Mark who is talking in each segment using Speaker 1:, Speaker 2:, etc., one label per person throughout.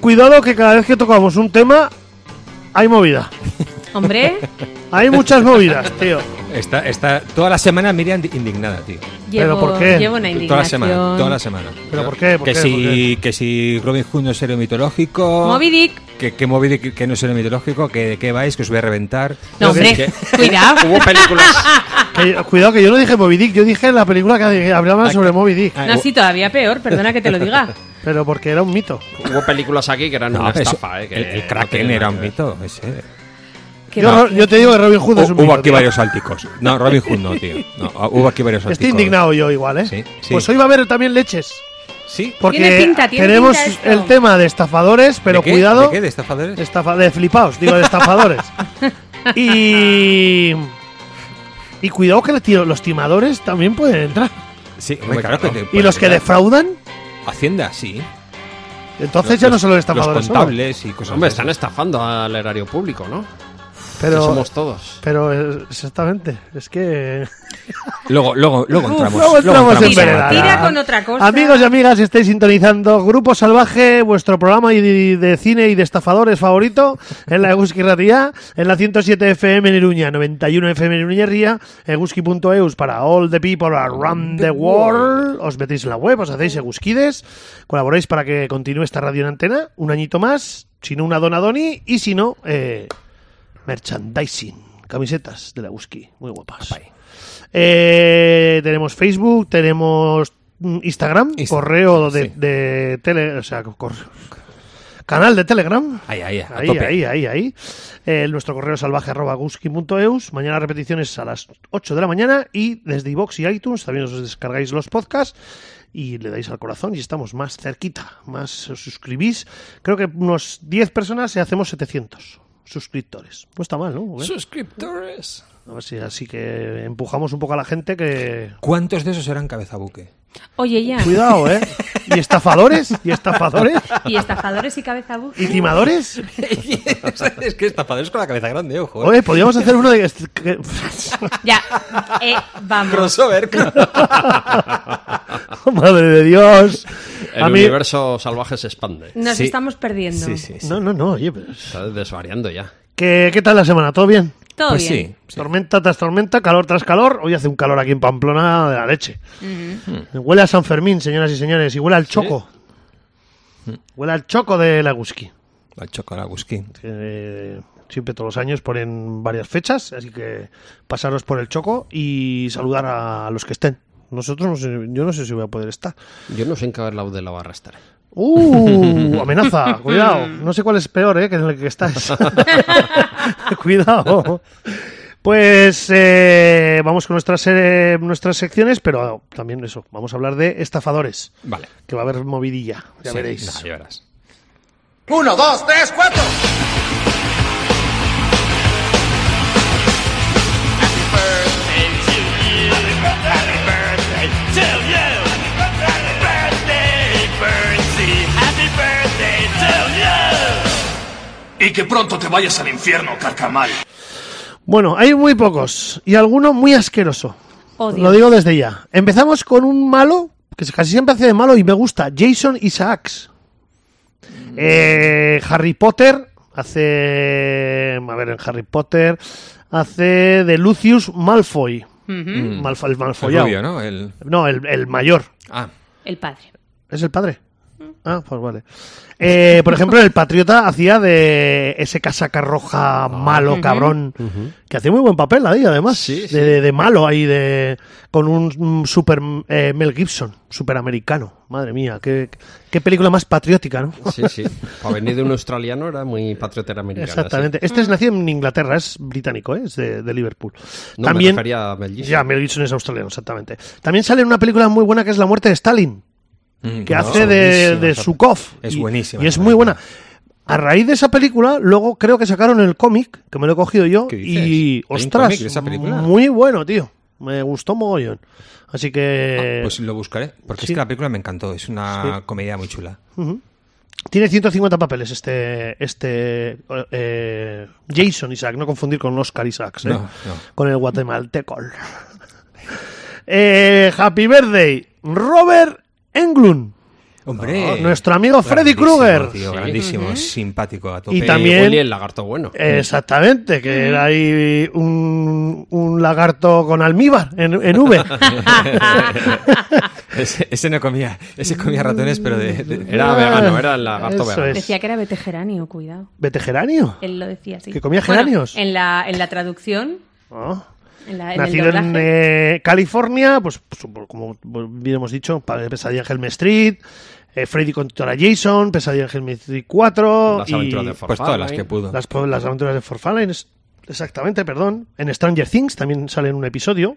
Speaker 1: cuidado que cada vez que tocamos un tema hay movida.
Speaker 2: Hombre,
Speaker 1: Hay muchas movidas, tío.
Speaker 3: Está, está toda la semana Miriam indignada, tío.
Speaker 1: ¿Pero
Speaker 2: llevo,
Speaker 1: por qué?
Speaker 2: llevo una indignación.
Speaker 3: Toda la semana, toda la semana.
Speaker 1: ¿Pero por qué? ¿Por
Speaker 3: que
Speaker 1: qué?
Speaker 3: si
Speaker 1: ¿Por qué?
Speaker 3: que si Robin Hood no es héroe mitológico.
Speaker 2: Moby Dick.
Speaker 3: Que, que Moby Dick que no es héroe mitológico, que de qué vais, que os voy a reventar.
Speaker 2: No,
Speaker 3: Que-
Speaker 2: hombre,
Speaker 3: que-
Speaker 2: cuidado.
Speaker 3: Hubo películas.
Speaker 1: Que- cuidado que yo no dije Moby Dick, yo dije la película que hablaban sobre Moby Dick.
Speaker 3: Ah,
Speaker 2: No, sí, todavía peor, perdona que te lo diga.
Speaker 1: Pero porque era un mito.
Speaker 4: Hubo películas aquí que eran
Speaker 3: No,
Speaker 4: una
Speaker 3: eso-
Speaker 4: estafa, eh, que
Speaker 3: el, el
Speaker 4: no
Speaker 3: Kraken
Speaker 4: tiene
Speaker 3: era
Speaker 4: nada
Speaker 3: un
Speaker 4: que ver.
Speaker 3: mito. Ese.
Speaker 2: Qué
Speaker 1: Yo,
Speaker 2: mal.
Speaker 1: yo te digo que Robin Hood es
Speaker 3: Hu-
Speaker 1: un
Speaker 3: hubo
Speaker 1: mito.
Speaker 3: aquí
Speaker 1: tío.
Speaker 3: varios sálticos. No, Robin Hood no, tío. No, hubo aquí varios sálticos.
Speaker 1: Estoy indignado yo igual, ¿eh?
Speaker 3: Sí, sí.
Speaker 1: Pues hoy va a haber también leches.
Speaker 3: Sí.
Speaker 1: Porque
Speaker 2: Tiene pinta, tiene
Speaker 1: tenemos
Speaker 2: pinta esto.
Speaker 1: el tema de estafadores, pero
Speaker 3: ¿De qué?
Speaker 1: cuidado.
Speaker 3: ¿De qué? ¿De estafadores?
Speaker 1: Estafa- de flipaos, digo, de estafadores. y. Y cuidado que el tío- los timadores también pueden entrar.
Speaker 3: Sí, hombre, claro que te-
Speaker 1: y los que defraudan,
Speaker 3: Hacienda, sí.
Speaker 1: entonces ya no
Speaker 3: Los-
Speaker 1: son los estafadores.
Speaker 3: Los contables y cosas
Speaker 4: Hombre,
Speaker 3: de
Speaker 4: están
Speaker 3: esas.
Speaker 4: estafando al erario público, ¿no?
Speaker 1: solo.
Speaker 4: Que
Speaker 1: pero,
Speaker 4: somos todos.
Speaker 1: pero eh, exactamente, es que.
Speaker 3: Luego, luego, luego
Speaker 1: Uf,
Speaker 3: entramos.
Speaker 1: luego entramos en
Speaker 3: en
Speaker 1: vereda.
Speaker 3: materia.
Speaker 2: Tira con otra cosa.
Speaker 1: Amigos y amigas, si estáis sintonizando Grupo Salvaje, vuestro programa y- de, cine y de estafadores favorito en la Eguski Ratia, en la 107 FM en Iruña, 91 FM en Iruña y Ría, eguski.eus para all the people around the world. Os metéis en la web, os hacéis eguskides, colaboráis para que continúe esta radio en antena un añito más, si no una dona doni y si no, eh, merchandising, camisetas de la Eguski, muy guapas. Eh, tenemos Facebook, tenemos mm, Instagram,
Speaker 3: Insta-
Speaker 1: correo de,
Speaker 3: sí.
Speaker 1: de tele, o sea, correo- canal de Telegram.
Speaker 3: Ahí, ahí, a
Speaker 1: Ahí,
Speaker 3: tope.
Speaker 1: ahí, ahí, ahí. Eh, nuestro correo salvaje arroba guski.eus. Mañana repeticiones a las 8 de la mañana y desde iBox y iTunes también os descargáis los podcasts y le dais al corazón y estamos más cerquita, más os suscribís. Creo que unos 10 personas y hacemos 700 suscriptores. No está mal, ¿no?
Speaker 4: Suscriptores.
Speaker 1: A ver si así que empujamos un poco a la gente que...
Speaker 3: ¿Cuántos de esos eran cabezabuque?
Speaker 2: Oye, ya.
Speaker 1: Cuidado, ¿eh? ¿Y estafadores? ¿Y estafadores?
Speaker 2: Y estafadores y cabeza buf.
Speaker 1: ¿Y timadores?
Speaker 3: es que estafadores con la cabeza grande, ojo. ¿eh?
Speaker 1: Oye, podríamos hacer uno de... est- que-
Speaker 2: Ya. Eh, vamos.
Speaker 3: Crossover.
Speaker 1: Madre de Dios.
Speaker 4: El
Speaker 1: A mí-
Speaker 4: universo salvaje se expande.
Speaker 2: Nos
Speaker 3: Sí.
Speaker 2: estamos perdiendo.
Speaker 3: Sí, sí, sí.
Speaker 1: No, no, no, oye, pero...
Speaker 4: Está desvariando ya.
Speaker 1: ¿Qué, qué tal la semana? ¿Todo bien?
Speaker 2: Todo
Speaker 3: Pues
Speaker 2: bien.
Speaker 3: sí.
Speaker 1: Tormenta tras tormenta, calor tras calor. Hoy hace un calor aquí en Pamplona de la leche. Huele a San Fermín, señoras y señores, y huele al choco. Huele al choco de la Guski.
Speaker 3: Al chocolagusquín.
Speaker 1: que eh, siempre todos los años ponen varias fechas, así que pasaros por el Choco y saludar a los que estén. Nosotros, no sé- yo no sé si voy a poder estar.
Speaker 4: Yo no sé en qué lado de la barra estaré.
Speaker 1: ¡Uh! Amenaza, cuidado. No sé cuál es peor, ¿eh? Que en el que estás. cuidado. Pues eh, vamos con nuestras, eh, nuestras secciones, pero también eso, vamos a hablar de estafadores,
Speaker 3: Vale.
Speaker 1: que va a haber movidilla, ya
Speaker 3: Sí,
Speaker 1: veréis.
Speaker 3: nah, ya verás.
Speaker 5: Uno, dos, tres, cuatro.
Speaker 6: Y que pronto te vayas al infierno, carcamal.
Speaker 1: Bueno, hay muy pocos y alguno muy asqueroso.
Speaker 2: Oh, Dios.
Speaker 1: Lo digo desde ya. Empezamos con un malo, que casi siempre hace de malo y me gusta, Jason Isaacs. Eh, Harry Potter hace... A ver, en Harry Potter hace de Lucius Malfoy.
Speaker 2: Ujú.
Speaker 3: Mm.
Speaker 1: Malfa- el
Speaker 3: El
Speaker 1: malfollado.
Speaker 3: rubio, ¿no? El...
Speaker 1: No, el, el mayor.
Speaker 3: Ah,
Speaker 2: El padre.
Speaker 1: ¿Es el padre? Ah, pues vale. Eh, por ejemplo, el Patriota hacía de ese casaca roja malo, cabrón, que hacía muy buen papel ahí, además, de, de- de malo ahí, de con un mm, super eh, Mel Gibson, super americano. Madre mía, qué, qué película más patriótica, ¿no?
Speaker 4: Sí, sí. Para venir de un australiano era muy patriota americano.
Speaker 1: Exactamente. Este es nacido en Inglaterra, es británico, ¿eh? es de, de Liverpool.
Speaker 4: No me refería a Mel Gibson.
Speaker 1: Ya, Mel Gibson es australiano, exactamente. También sale en una película muy buena que es La muerte de Stalin.
Speaker 3: mm,
Speaker 1: que
Speaker 3: no,
Speaker 1: hace
Speaker 3: buenísima
Speaker 1: de, de
Speaker 3: esa-
Speaker 1: Sukov.
Speaker 3: Es
Speaker 1: Y-
Speaker 3: buenísima
Speaker 1: Y es
Speaker 3: esa
Speaker 1: muy
Speaker 3: película.
Speaker 1: buena. A raíz de esa película, luego creo que sacaron el cómic, que me lo he cogido yo,
Speaker 3: ¿Qué dices? ¿Hay
Speaker 1: y
Speaker 3: un
Speaker 1: ostras,
Speaker 3: cómic de esa película?
Speaker 1: muy bueno, tío. Me gustó mogollón. Así que
Speaker 3: Pues lo buscaré, porque
Speaker 1: sí.
Speaker 3: es que la película me encantó. Es una comedia muy chula.
Speaker 1: tiene 150 papeles este este eh, Jason Isaac, no confundir con Oscar Isaacs, ¿eh?
Speaker 3: No, no.
Speaker 1: con el guatemalteco. Eh, happy Birthday, Robert Englund.
Speaker 3: Hombre.
Speaker 1: Nuestro amigo Freddy
Speaker 3: Grandísimo,
Speaker 1: Krueger.
Speaker 3: tío, Grandísimo, simpático a tope.
Speaker 1: Y también-
Speaker 4: Willy el lagarto bueno.
Speaker 1: Exactamente, que era ahí un, un lagarto con almíbar en, en V.
Speaker 3: Ese, ese no comía, ese comía ratones, pero de, de-
Speaker 4: Era vegano, era el lagarto
Speaker 1: Eso
Speaker 4: vegano.
Speaker 1: es.
Speaker 2: Decía que era vetegeranio, cuidado.
Speaker 1: ¿Vetegeranio?
Speaker 2: Él lo decía así.
Speaker 1: ¿Que comía
Speaker 2: Bueno,
Speaker 1: geranios?
Speaker 2: en, la, en la traducción,
Speaker 1: Ah.
Speaker 2: en la, en el
Speaker 1: Nacido en
Speaker 2: doblaje.
Speaker 1: eh, California, pues, pues, como bien hemos dicho, padre de Pesadilla en Helm Street, eh, Freddy contra Jason, Pesadilla en Helm Street 4,
Speaker 4: Las
Speaker 1: y
Speaker 4: aventuras de ¿eh?
Speaker 3: pues todas las que pudo.
Speaker 1: las, po- las aventuras de Forfallen, exactamente, perdón. En Stranger Things también sale en un episodio.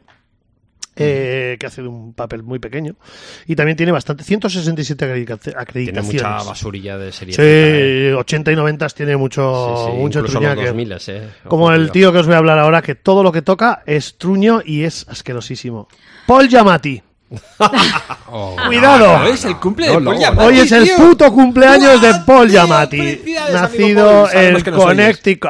Speaker 1: eh, que hace de un papel muy pequeño y también tiene bastante 167 acredica-
Speaker 4: Tiene
Speaker 1: acreditaciones
Speaker 4: mucha basurilla de serie.
Speaker 1: Sí, 80 y 90 tiene mucho, mucho
Speaker 4: ¿eh? incluso los
Speaker 1: truñaque.
Speaker 4: 2000, eh. Ojo,
Speaker 1: Como el
Speaker 4: cuidado.
Speaker 1: tío que os voy a hablar ahora, que todo lo que toca es truño y es asquerosísimo. Paul Yamati.
Speaker 3: Oh,
Speaker 1: Cuidado.
Speaker 3: no, es el cumple de Paul Giamatti,
Speaker 1: Hoy es el
Speaker 3: tío.
Speaker 1: puto cumpleaños de
Speaker 3: ¡Guau,
Speaker 1: Paul
Speaker 3: tío!
Speaker 1: Yamati.
Speaker 3: Felicidades, amigo Paul.
Speaker 1: Nacido
Speaker 3: Sabemos
Speaker 1: en
Speaker 3: que nos oyes.
Speaker 1: Connecticut.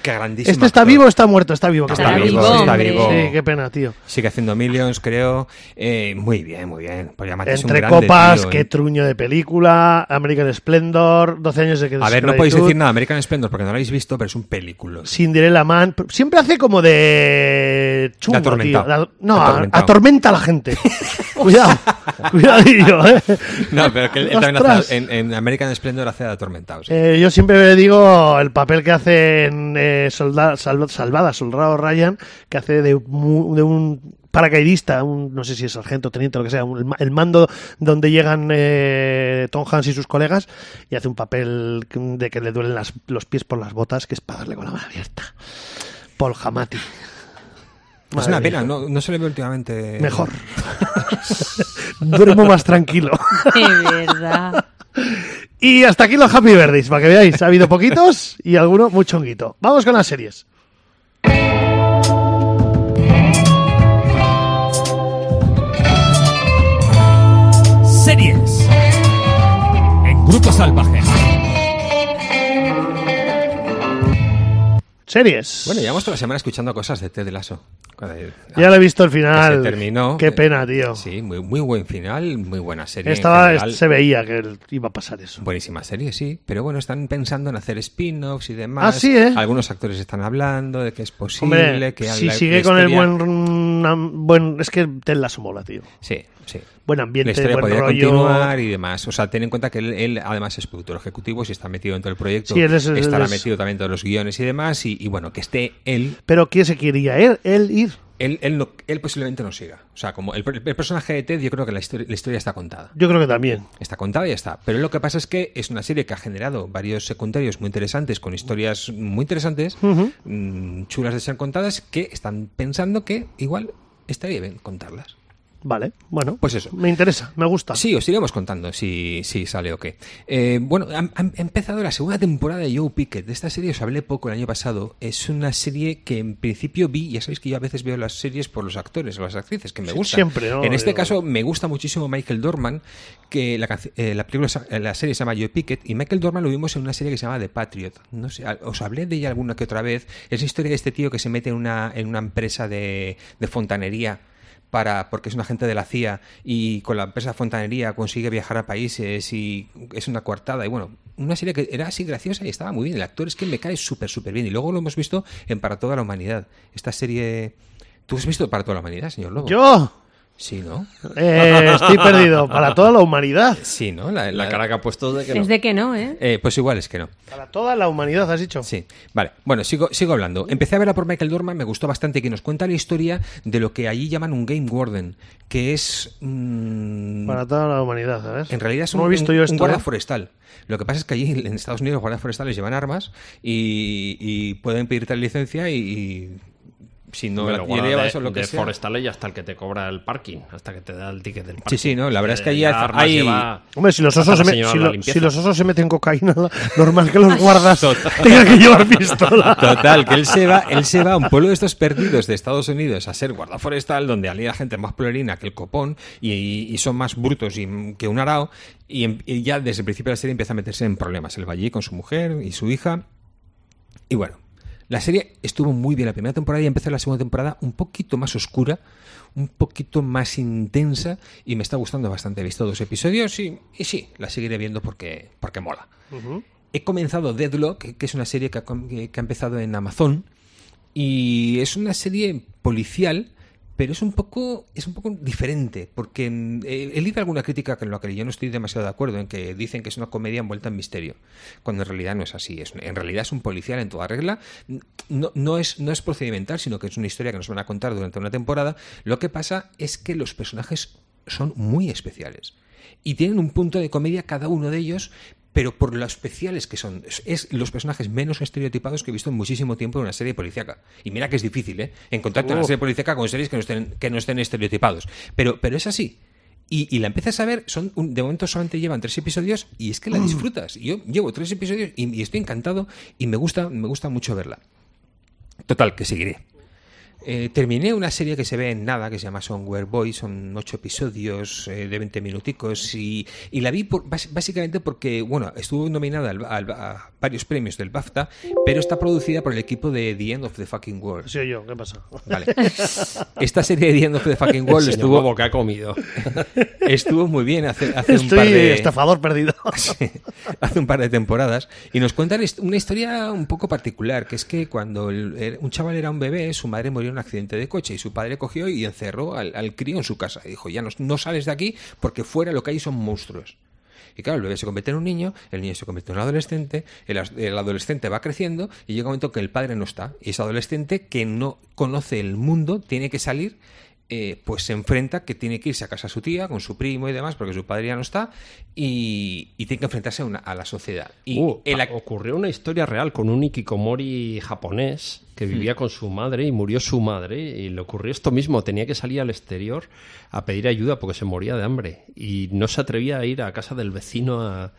Speaker 3: Qué grandísimo.
Speaker 1: ¿Este está
Speaker 3: actor.
Speaker 1: vivo o está muerto? Está vivo. que
Speaker 2: Está vivo,
Speaker 3: está
Speaker 2: hombre.
Speaker 3: vivo.
Speaker 1: Sí, qué pena, tío.
Speaker 3: Sigue haciendo millions, creo. Eh, muy bien, muy bien. Paul Giamatti es un
Speaker 1: Entre
Speaker 3: grande,
Speaker 1: copas,
Speaker 3: tío. eh.
Speaker 1: qué truño de película, American Splendor, 12 años de que
Speaker 3: A ver, no podéis decir nada. American Splendor, porque no lo habéis visto, pero es un película.
Speaker 1: Cinderella Man. Siempre hace como de chungo,
Speaker 3: De atormentado.
Speaker 1: tío. Da- No,
Speaker 3: Atormentado.
Speaker 1: atormenta a la gente. cuidado, cuidadillo, eh.
Speaker 3: No, pero que él, él también
Speaker 1: Ostras.
Speaker 3: hace, en, en American Splendor hace de atormentado. sí.
Speaker 1: Eh, yo siempre le digo el papel que hace en eh, Solda- Salva- Salvada, Soldado Ryan, que hace de, mu- de un paracaidista, un, no sé si es sargento, teniente, lo que sea, un- el ma- el mando donde llegan eh, Tom Hanks y sus colegas, y hace un papel de que le duelen las- los pies por las botas, que es para darle con la mano abierta. Paul Hamati.
Speaker 3: es
Speaker 1: Madre
Speaker 3: una pena,
Speaker 1: mía.
Speaker 3: no, no se le ve últimamente.
Speaker 1: Mejor. Duermo más tranquilo.
Speaker 2: De verdad.
Speaker 1: Y hasta aquí los Happy Birthdays, para que veáis. Ha habido poquitos y alguno muy chonguito. Vamos con las series.
Speaker 7: Series. En Grupo Salvaje.
Speaker 1: Series.
Speaker 3: Bueno, llevamos toda la semana escuchando cosas de Ted Lasso. Cuando-
Speaker 1: ya lo he visto el
Speaker 3: que
Speaker 1: final.
Speaker 3: se terminó.
Speaker 1: Qué
Speaker 3: Eh,
Speaker 1: pena, tío.
Speaker 3: Sí, muy, muy buen final, muy buena serie. en
Speaker 1: Estaba,
Speaker 3: general.
Speaker 1: se veía que el- iba a pasar eso.
Speaker 3: Buenísima serie, sí. Pero bueno, están pensando en hacer spin-offs y demás.
Speaker 1: Ah, sí, ¿eh?
Speaker 3: Algunos actores están hablando de que es posible
Speaker 1: Hombre,
Speaker 3: que
Speaker 1: si
Speaker 3: la-
Speaker 1: sigue
Speaker 3: la
Speaker 1: con el
Speaker 3: historia-
Speaker 1: buen, mm, buen... Es que Tesla su mola, tío.
Speaker 3: Sí, sí.
Speaker 1: Buen
Speaker 3: La
Speaker 1: ambiente,
Speaker 3: historia
Speaker 1: este buen
Speaker 3: podría
Speaker 1: rollo.
Speaker 3: continuar y demás. O sea, ten en cuenta que él, él, además es productor ejecutivo, si está metido en todo el proyecto,
Speaker 1: Sí, él es- él
Speaker 3: estará
Speaker 1: es-
Speaker 3: metido también en todos los guiones y demás. Y, y bueno, que esté él
Speaker 1: Pero ¿quién se quería? Él, él ir.
Speaker 3: él, él, no- él posiblemente no siga. O sea, como el, el personaje de Ted, yo creo que la historia, la historia está contada.
Speaker 1: Yo creo que también.
Speaker 3: Está contada y ya está. Pero lo que pasa es que es una serie que ha generado varios secundarios muy interesantes, con historias muy interesantes, mm, chulas de ser contadas, que están pensando que igual estaría bien contarlas.
Speaker 1: Vale, bueno.
Speaker 3: Pues eso.
Speaker 1: Me interesa, me gusta.
Speaker 3: Sí, os iremos contando si, si sale o qué. Eh, bueno, han- han empezado la segunda temporada de Joe Pickett. De esta serie os hablé poco el año pasado. Es una serie que en principio vi, ya sabéis que yo a veces veo las series por los actores o las actrices, que me
Speaker 1: Sí,
Speaker 3: gustan.
Speaker 1: siempre, ¿no?
Speaker 3: En este
Speaker 1: Digo-
Speaker 3: caso me gusta muchísimo Michael Dorman, que la, canci- eh, la, película, se- eh, la serie se llama Joe Pickett, y Michael Dorman lo vimos en una serie que se llama The Patriot. No sé, a- os hablé de ella alguna que otra vez. Es la historia de este tío que se mete en una, en una empresa de, de fontanería para porque es un agente de la CIA y con la empresa de fontanería consigue viajar a países y es una coartada y bueno, una serie que era así graciosa y estaba muy bien, el actor es que me cae súper súper bien y luego lo hemos visto en Para toda la humanidad. Esta serie ¿Tú has visto Para toda la humanidad, señor Lobo?
Speaker 1: Yo
Speaker 3: Sí, ¿no?
Speaker 1: eh, estoy perdido. Para toda la humanidad.
Speaker 3: Sí, ¿no? La,
Speaker 4: La
Speaker 3: la-
Speaker 4: cara que ha puesto de que no.
Speaker 2: Es de que no, ¿eh?
Speaker 3: Eh, pues igual es que no.
Speaker 1: Para toda la humanidad, has dicho.
Speaker 3: Sí, vale. Bueno, sigo, sigo hablando. Empecé a verla por Michael Dorman, me gustó bastante, que nos cuenta la historia de lo que allí llaman un Game Warden, que es... mm,
Speaker 1: Para toda la humanidad, ¿sabes?
Speaker 3: En realidad es un,
Speaker 1: No he visto
Speaker 3: un-
Speaker 1: yo
Speaker 3: un
Speaker 1: esto,
Speaker 3: guarda
Speaker 1: ¿eh?
Speaker 3: forestal. Lo que pasa es que allí en Estados Unidos los guardas forestales llevan armas y, y pueden pedirte la licencia y, y si no
Speaker 4: Pero
Speaker 3: la
Speaker 4: bueno,
Speaker 3: llevas
Speaker 4: de,
Speaker 3: o lo que
Speaker 4: de
Speaker 3: sea.
Speaker 4: forestales y hasta el que te cobra el parking, hasta que te da el ticket del parking.
Speaker 3: Sí, sí, no, la verdad es que allí
Speaker 4: ya
Speaker 3: hace-
Speaker 4: armas
Speaker 3: hay-
Speaker 4: lleva-
Speaker 1: Hombre, si los,
Speaker 4: hasta
Speaker 1: osos se
Speaker 4: la
Speaker 1: me-
Speaker 4: señora
Speaker 1: si,
Speaker 4: de la
Speaker 1: lo-
Speaker 4: limpieza.
Speaker 1: si los osos se meten cocaína, la- normal que los guardas tengan que llevar pistola.
Speaker 3: Total, que él se va, él se va a un pueblo de estos perdidos de Estados Unidos a ser guarda forestal, donde allí la gente es más pueblerina que el copón y, y son más brutos y- que un arao. Y, em- y ya desde el principio de la serie empieza a meterse en problemas. Él va allí con su mujer y su hija. Y bueno, La serie estuvo muy bien la primera temporada y empezó la segunda temporada un poquito más oscura, un poquito más intensa y me está gustando bastante. He visto dos episodios y, y sí, la seguiré viendo porque, porque mola. He comenzado Deadlock, que es una serie que ha, com- que que ha empezado en Amazon y es una serie policial pero es un poco es un poco diferente porque mm, eh, he leído alguna crítica en la que yo no estoy demasiado de acuerdo en que dicen que es una comedia envuelta en misterio cuando en realidad no es así es, un- en realidad es un policial en toda regla Mm, no, no es no es procedimental sino que es una historia que nos van a contar durante una temporada lo que pasa es que los personajes son muy especiales y tienen un punto de comedia cada uno de ellos pero por lo especiales que son. Es, es los personajes menos estereotipados que he visto en muchísimo tiempo en una serie policíaca. Y mira que es difícil, ¿eh? En contacto en una serie policíaca con series que no estén, que no estén estereotipados. Pero, pero es así. Y, y la empiezas a ver, son un- de momento solamente llevan tres episodios y es que la disfrutas. Yo llevo tres episodios y, y estoy encantado y me gusta, me gusta mucho verla. Total, que seguiré. Eh, terminé una serie que se ve en nada, que se llama Somewhere Boy, son ocho episodios eh, de 20 minuticos y, y la vi por- bas- básicamente porque, bueno, estuvo nominada al- al- a varios premios del BAFTA, pero está producida por el equipo de The End of the Fucking World.
Speaker 1: Sí, yo, ¿qué pasa?
Speaker 3: Vale. Esta serie de The End of the Fucking World
Speaker 4: Estuvo
Speaker 3: estuvo,
Speaker 4: boca ha comido.
Speaker 3: estuvo muy bien hace, hace un
Speaker 1: Estoy
Speaker 3: par de...
Speaker 1: estafador perdido.
Speaker 3: Sí, hace un par de temporadas y nos cuentan hist- una historia un poco particular, que es que cuando el- er- un chaval era un bebé, su madre murió en un accidente de coche y su padre cogió y encerró al, al crío en su casa y dijo, ya no, no sales de aquí porque fuera lo que hay son monstruos. Y claro, el bebé se convierte en un niño, el niño se convierte en un adolescente, el, as- el adolescente va creciendo y llega un momento que el padre no está. Y ese adolescente que no conoce el mundo tiene que salir eh, pues se enfrenta que tiene que irse a casa a su tía con su primo y demás porque su padre ya no está y, y tiene que enfrentarse a, una- a la sociedad. Y
Speaker 4: Uh,
Speaker 3: el
Speaker 4: pa-
Speaker 3: ac-
Speaker 4: Ocurrió una historia real con un Ikikomori japonés que
Speaker 3: Hmm.
Speaker 4: vivía con su madre y murió su madre y le ocurrió esto mismo, tenía que salir al exterior a pedir ayuda porque se moría de hambre y no se atrevía a ir a casa del vecino a,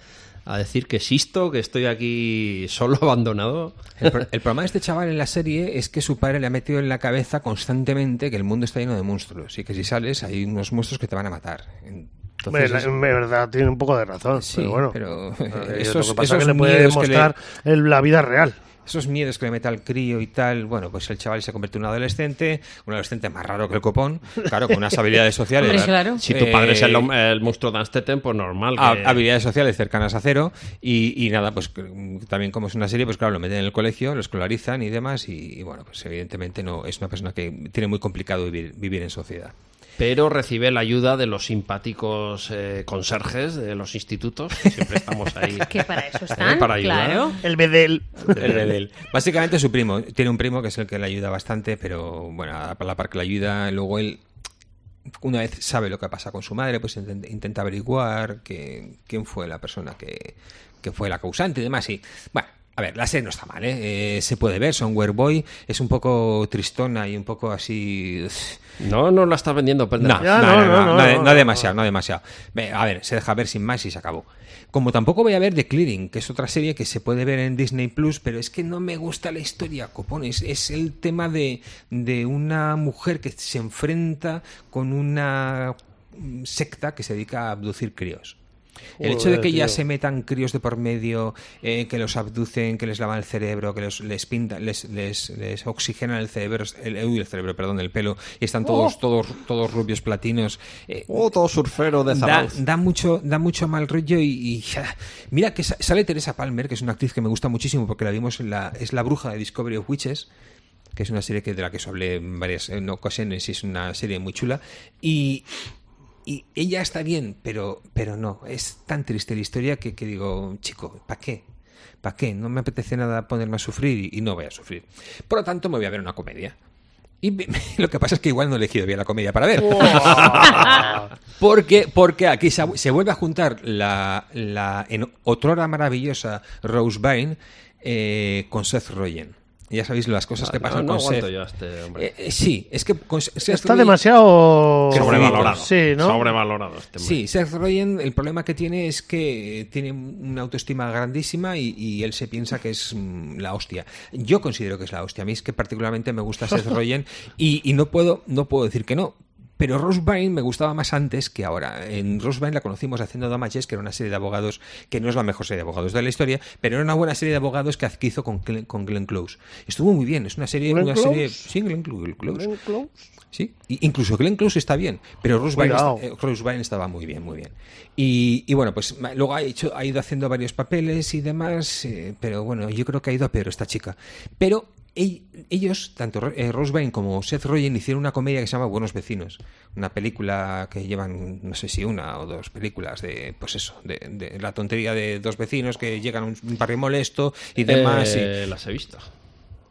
Speaker 4: a decir que existo, que estoy aquí solo abandonado.
Speaker 3: el, pro- el problema de este chaval en la serie es que su padre le ha metido en la cabeza constantemente que el mundo está lleno de monstruos y que si sales hay unos monstruos que te van a matar.
Speaker 1: Hombre,
Speaker 3: Entonces,
Speaker 1: la-
Speaker 3: es-
Speaker 1: en verdad, tiene un poco de razón.
Speaker 3: Sí,
Speaker 1: pero bueno,
Speaker 3: pero,
Speaker 1: Eh,
Speaker 3: esos-
Speaker 1: lo que pasa es que
Speaker 3: esos
Speaker 1: le puede
Speaker 3: miedos que le-
Speaker 1: demostrar el- la vida real.
Speaker 3: Esos miedos que le mete al crío y tal, bueno, pues el chaval se convierte en un adolescente, un adolescente más raro que el copón, claro, con unas habilidades sociales.
Speaker 2: Hombre, claro.
Speaker 4: Si tu padre es el,
Speaker 3: Eh,
Speaker 4: hom- el monstruo de Amsterdam, pues normal.
Speaker 3: Ha-
Speaker 4: que-
Speaker 3: habilidades sociales cercanas a cero y, y nada, pues mm, también como es una serie, pues claro, lo meten en el colegio, lo escolarizan y demás y, y, bueno, pues evidentemente no es una persona que tiene muy complicado vivir, vivir en sociedad.
Speaker 4: pero recibe la ayuda de los simpáticos eh, conserjes de los institutos, que siempre estamos ahí.
Speaker 2: Que para eso
Speaker 4: eh,
Speaker 2: están,
Speaker 4: para ayudar.
Speaker 2: claro.
Speaker 1: El bedel.
Speaker 3: El rebel. Básicamente su primo, tiene un primo que es el que le ayuda bastante, pero bueno, a la par que le ayuda, luego él una vez sabe lo que pasa con su madre, pues inten- intenta averiguar que- quién fue la persona que, que fue la causante y demás. Y bueno, a ver, la serie no está mal, ¿eh? Eh, se puede ver, Somewhere Boy es un poco tristona y un poco así...
Speaker 4: No, no la estás vendiendo, pues, Pedro.
Speaker 3: No,
Speaker 1: Ya,
Speaker 3: no,
Speaker 1: no,
Speaker 3: no, no,
Speaker 1: no,
Speaker 3: no,
Speaker 1: no,
Speaker 3: no
Speaker 1: no,
Speaker 3: demasiado, no demasiado. Ve, A ver, se deja ver sin más y se acabó. Como tampoco voy a ver The Clearing, que es otra serie que se puede ver en Disney Plus, pero es que no me gusta la historia, copones. Es el tema de, de una mujer que se enfrenta con una mm, secta que se dedica a abducir críos. El hecho de
Speaker 1: Joder,
Speaker 3: que ya
Speaker 1: tío.
Speaker 3: se metan críos de por medio, eh, que los abducen, que les lavan el cerebro, que los- les pintan, les, les, les oxigenan el cerebro, el, uy, el cerebro, perdón, el pelo, y están todos, todos, todos rubios platinos. eh,
Speaker 4: Oh, todo surfero de
Speaker 3: da,
Speaker 4: Zarauz.
Speaker 3: da mucho da mucho mal rollo y, y, ja, mira que sa- sale Teresa Palmer que es una actriz que me gusta muchísimo porque la vimos en la es la bruja de Discovery of Witches que es una serie que de la que os hablé en varias en ocasiones y es una serie muy chula y y ella está bien, pero, pero no. Es tan triste la historia que, que digo, chico, ¿para qué? ¿Para qué? No me apetece nada ponerme a sufrir y, y no voy a sufrir. Por lo tanto, me voy a ver una comedia. Y me- lo que pasa es que igual no he elegido bien la comedia para ver. porque, porque aquí se, se vuelve a juntar la, la en otrora maravillosa Rose Byrne eh, con Seth Rogen. Ya sabéis las cosas que
Speaker 4: No,
Speaker 3: pasan
Speaker 4: no
Speaker 3: con
Speaker 4: aguanto
Speaker 3: Seth.
Speaker 4: yo a este hombre.
Speaker 3: Eh, eh, sí, es que con Seth
Speaker 1: Está
Speaker 3: Rogen-
Speaker 1: demasiado...
Speaker 4: Sobrevalorado.
Speaker 1: Sí, ¿no?
Speaker 4: Sobrevalorado este hombre.
Speaker 3: Sí, Seth Rogen, el problema que tiene es que eh, tiene una autoestima grandísima y, y él se piensa que es mm, la hostia. Yo considero que es la hostia. A mí es que particularmente me gusta Seth Rogen y, y no puedo no puedo decir que no. Pero Rose Byrne me gustaba más antes que ahora. En Rose Byrne la conocimos haciendo Damages, que era una serie de abogados que no es la mejor serie de abogados de la historia, pero era una buena serie de abogados que adquizo con, Glenn- con Glenn Close. Estuvo muy bien, es una serie...
Speaker 1: ¿Glenn
Speaker 3: una
Speaker 1: Close?
Speaker 3: serie sí, Glenn Cl- Glenn Close. Sí, y- incluso Glenn Close está bien, pero Rose Byrne,
Speaker 1: Cuidado.
Speaker 3: está- eh, Rose Byrne estaba muy bien, muy bien. Y, y bueno, pues ma- luego ha, hecho, ha ido haciendo varios papeles y demás, eh, pero bueno, yo creo que ha ido a peor esta chica. Pero e- ellos, tanto Ro- eh, Rose Byrne como Seth Rogen, hicieron una comedia que se llama Buenos Vecinos, una película que llevan, no sé si una o dos películas de, pues eso, de, de la tontería de dos vecinos que llegan a un un barrio molesto y demás. y-
Speaker 4: Eh, Las he visto.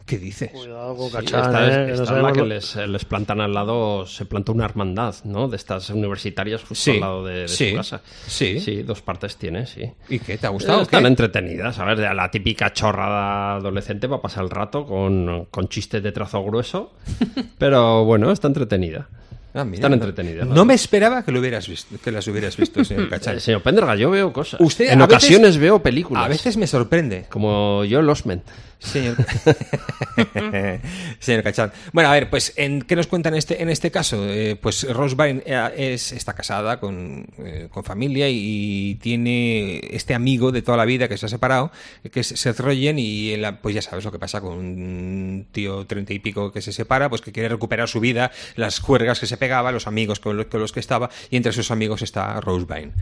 Speaker 3: ¿Qué dices?
Speaker 1: Cuidado con
Speaker 4: Sí,
Speaker 1: Cachán,
Speaker 4: esta
Speaker 1: ¿eh?
Speaker 4: es,
Speaker 1: Que
Speaker 4: esta
Speaker 1: no
Speaker 4: es la
Speaker 1: sabemos
Speaker 4: que
Speaker 1: lo-
Speaker 4: les, eh, les plantan al lado, se planta una hermandad, ¿no? De estas universitarias justo
Speaker 3: Sí,
Speaker 4: al lado de, de
Speaker 3: sí,
Speaker 4: su casa.
Speaker 3: sí.
Speaker 4: Sí, dos partes tiene, sí.
Speaker 3: ¿Y qué? ¿Te ha
Speaker 4: Eh,
Speaker 3: gustado? o
Speaker 4: Están
Speaker 3: qué?
Speaker 4: entretenidas, a ver, de la típica chorrada adolescente va a pasar el rato con, con chistes de trazo grueso, pero bueno, está entretenida.
Speaker 3: Ah, mira,
Speaker 4: Están
Speaker 3: no-
Speaker 4: entretenidas.
Speaker 3: No,
Speaker 4: las
Speaker 3: me esperaba que lo hubieras visto, que las hubieras visto, señor
Speaker 4: dos.
Speaker 3: Cachán.
Speaker 4: Eh, señor Penderga, yo veo cosas.
Speaker 3: Usted
Speaker 4: en
Speaker 3: a veces-
Speaker 4: ocasiones veo películas.
Speaker 3: A veces me sorprende,
Speaker 4: Como yo, Los Men.
Speaker 3: señor. señor Cachán. Bueno, a ver, pues, ¿en ¿qué nos cuentan este, en este caso? Eh, pues Rose Byrne eh, es, está casada con, eh, con familia y tiene este amigo de toda la vida que se ha separado, que es Seth Rogen, y él, pues ya sabes lo que pasa con un tío treinta y pico que se separa, pues que quiere recuperar su vida, las juergas que se pegaba, los amigos con los, con los que estaba, y entre sus amigos está Rose Byrne.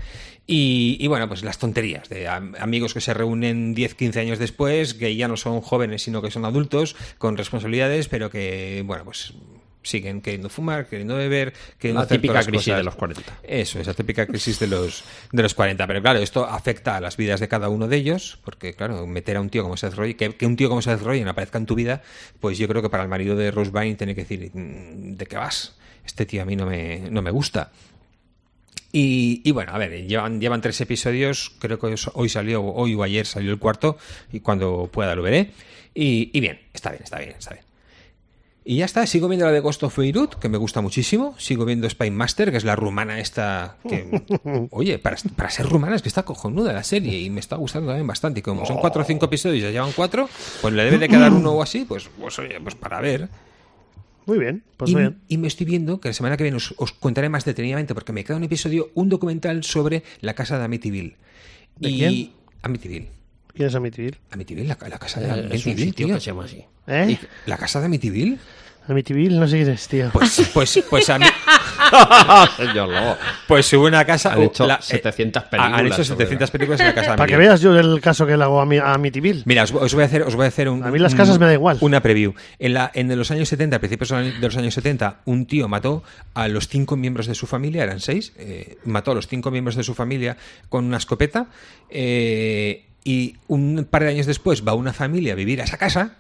Speaker 3: Y, y bueno, pues las tonterías de am- amigos que se reúnen 10, 15 años después, que ya no son jóvenes, sino que son adultos, con responsabilidades, pero que, bueno, pues siguen queriendo fumar, queriendo beber, que
Speaker 4: La típica crisis de los 40.
Speaker 3: Eso, esa típica crisis de los, de los 40. Pero claro, esto afecta a las vidas de cada uno de ellos, porque claro, meter a un tío como Seth Rogen, que, que un tío como Seth Rogen aparezca en tu vida, pues yo creo que para el marido de Rose Byrne tiene que decir, "Mm, ¿de qué vas? Este tío a mí no me, no me gusta. Y, y bueno, a ver, llevan, llevan tres episodios, creo que os- hoy salió, hoy o ayer salió el cuarto, y cuando pueda lo veré. Y, y bien, está bien, está bien, está bien. Y ya está, sigo viendo la de Ghost of Beirut, que me gusta muchísimo. Sigo viendo Spine Master, que es la rumana esta. Que, oye, para, para ser rumana es que está cojonuda la serie y me está gustando también bastante. Y como
Speaker 4: Oh.
Speaker 3: son cuatro o cinco episodios, ya llevan cuatro, pues le debe de quedar uno o así, pues, pues oye, pues para ver.
Speaker 1: Muy bien, pues
Speaker 3: Y,
Speaker 1: muy bien.
Speaker 3: y me estoy viendo que la semana que viene os, os contaré más detenidamente, porque me queda un episodio, un documental sobre la casa de Amityville.
Speaker 1: ¿De
Speaker 3: y
Speaker 1: quién?
Speaker 3: Amityville.
Speaker 1: ¿Quieres admitir?
Speaker 3: Amityville, la, la casa de
Speaker 4: Eh, Es un
Speaker 3: Amityville,
Speaker 4: sitio
Speaker 3: Ah, tío.
Speaker 4: que se llama así.
Speaker 1: ¿Eh?
Speaker 3: ¿La casa de Amityville?
Speaker 1: Amityville, no sé quién es, tío.
Speaker 3: Pues, pues, pues a mí.
Speaker 4: Señor Lobo.
Speaker 3: Pues hubo una casa.
Speaker 4: Han hecho
Speaker 3: la- eh,
Speaker 4: 700
Speaker 3: Han
Speaker 4: películas
Speaker 3: hecho
Speaker 4: sobre
Speaker 3: 700
Speaker 4: la-
Speaker 3: películas en la casa de
Speaker 1: Para que
Speaker 3: Amityville.
Speaker 1: veas yo el caso que le hago a, mi, a Amityville.
Speaker 3: Mira, os, os voy a hacer, os voy a hacer un.
Speaker 1: A mí las
Speaker 3: un-
Speaker 1: casas me da igual.
Speaker 3: Una preview. En, la, en los años 70, a principios de los años 70, un tío mató a los cinco miembros de su familia, eran seis, eh, mató a los cinco miembros de su familia con una escopeta. eh, y un par de años después va una familia a vivir a esa casa.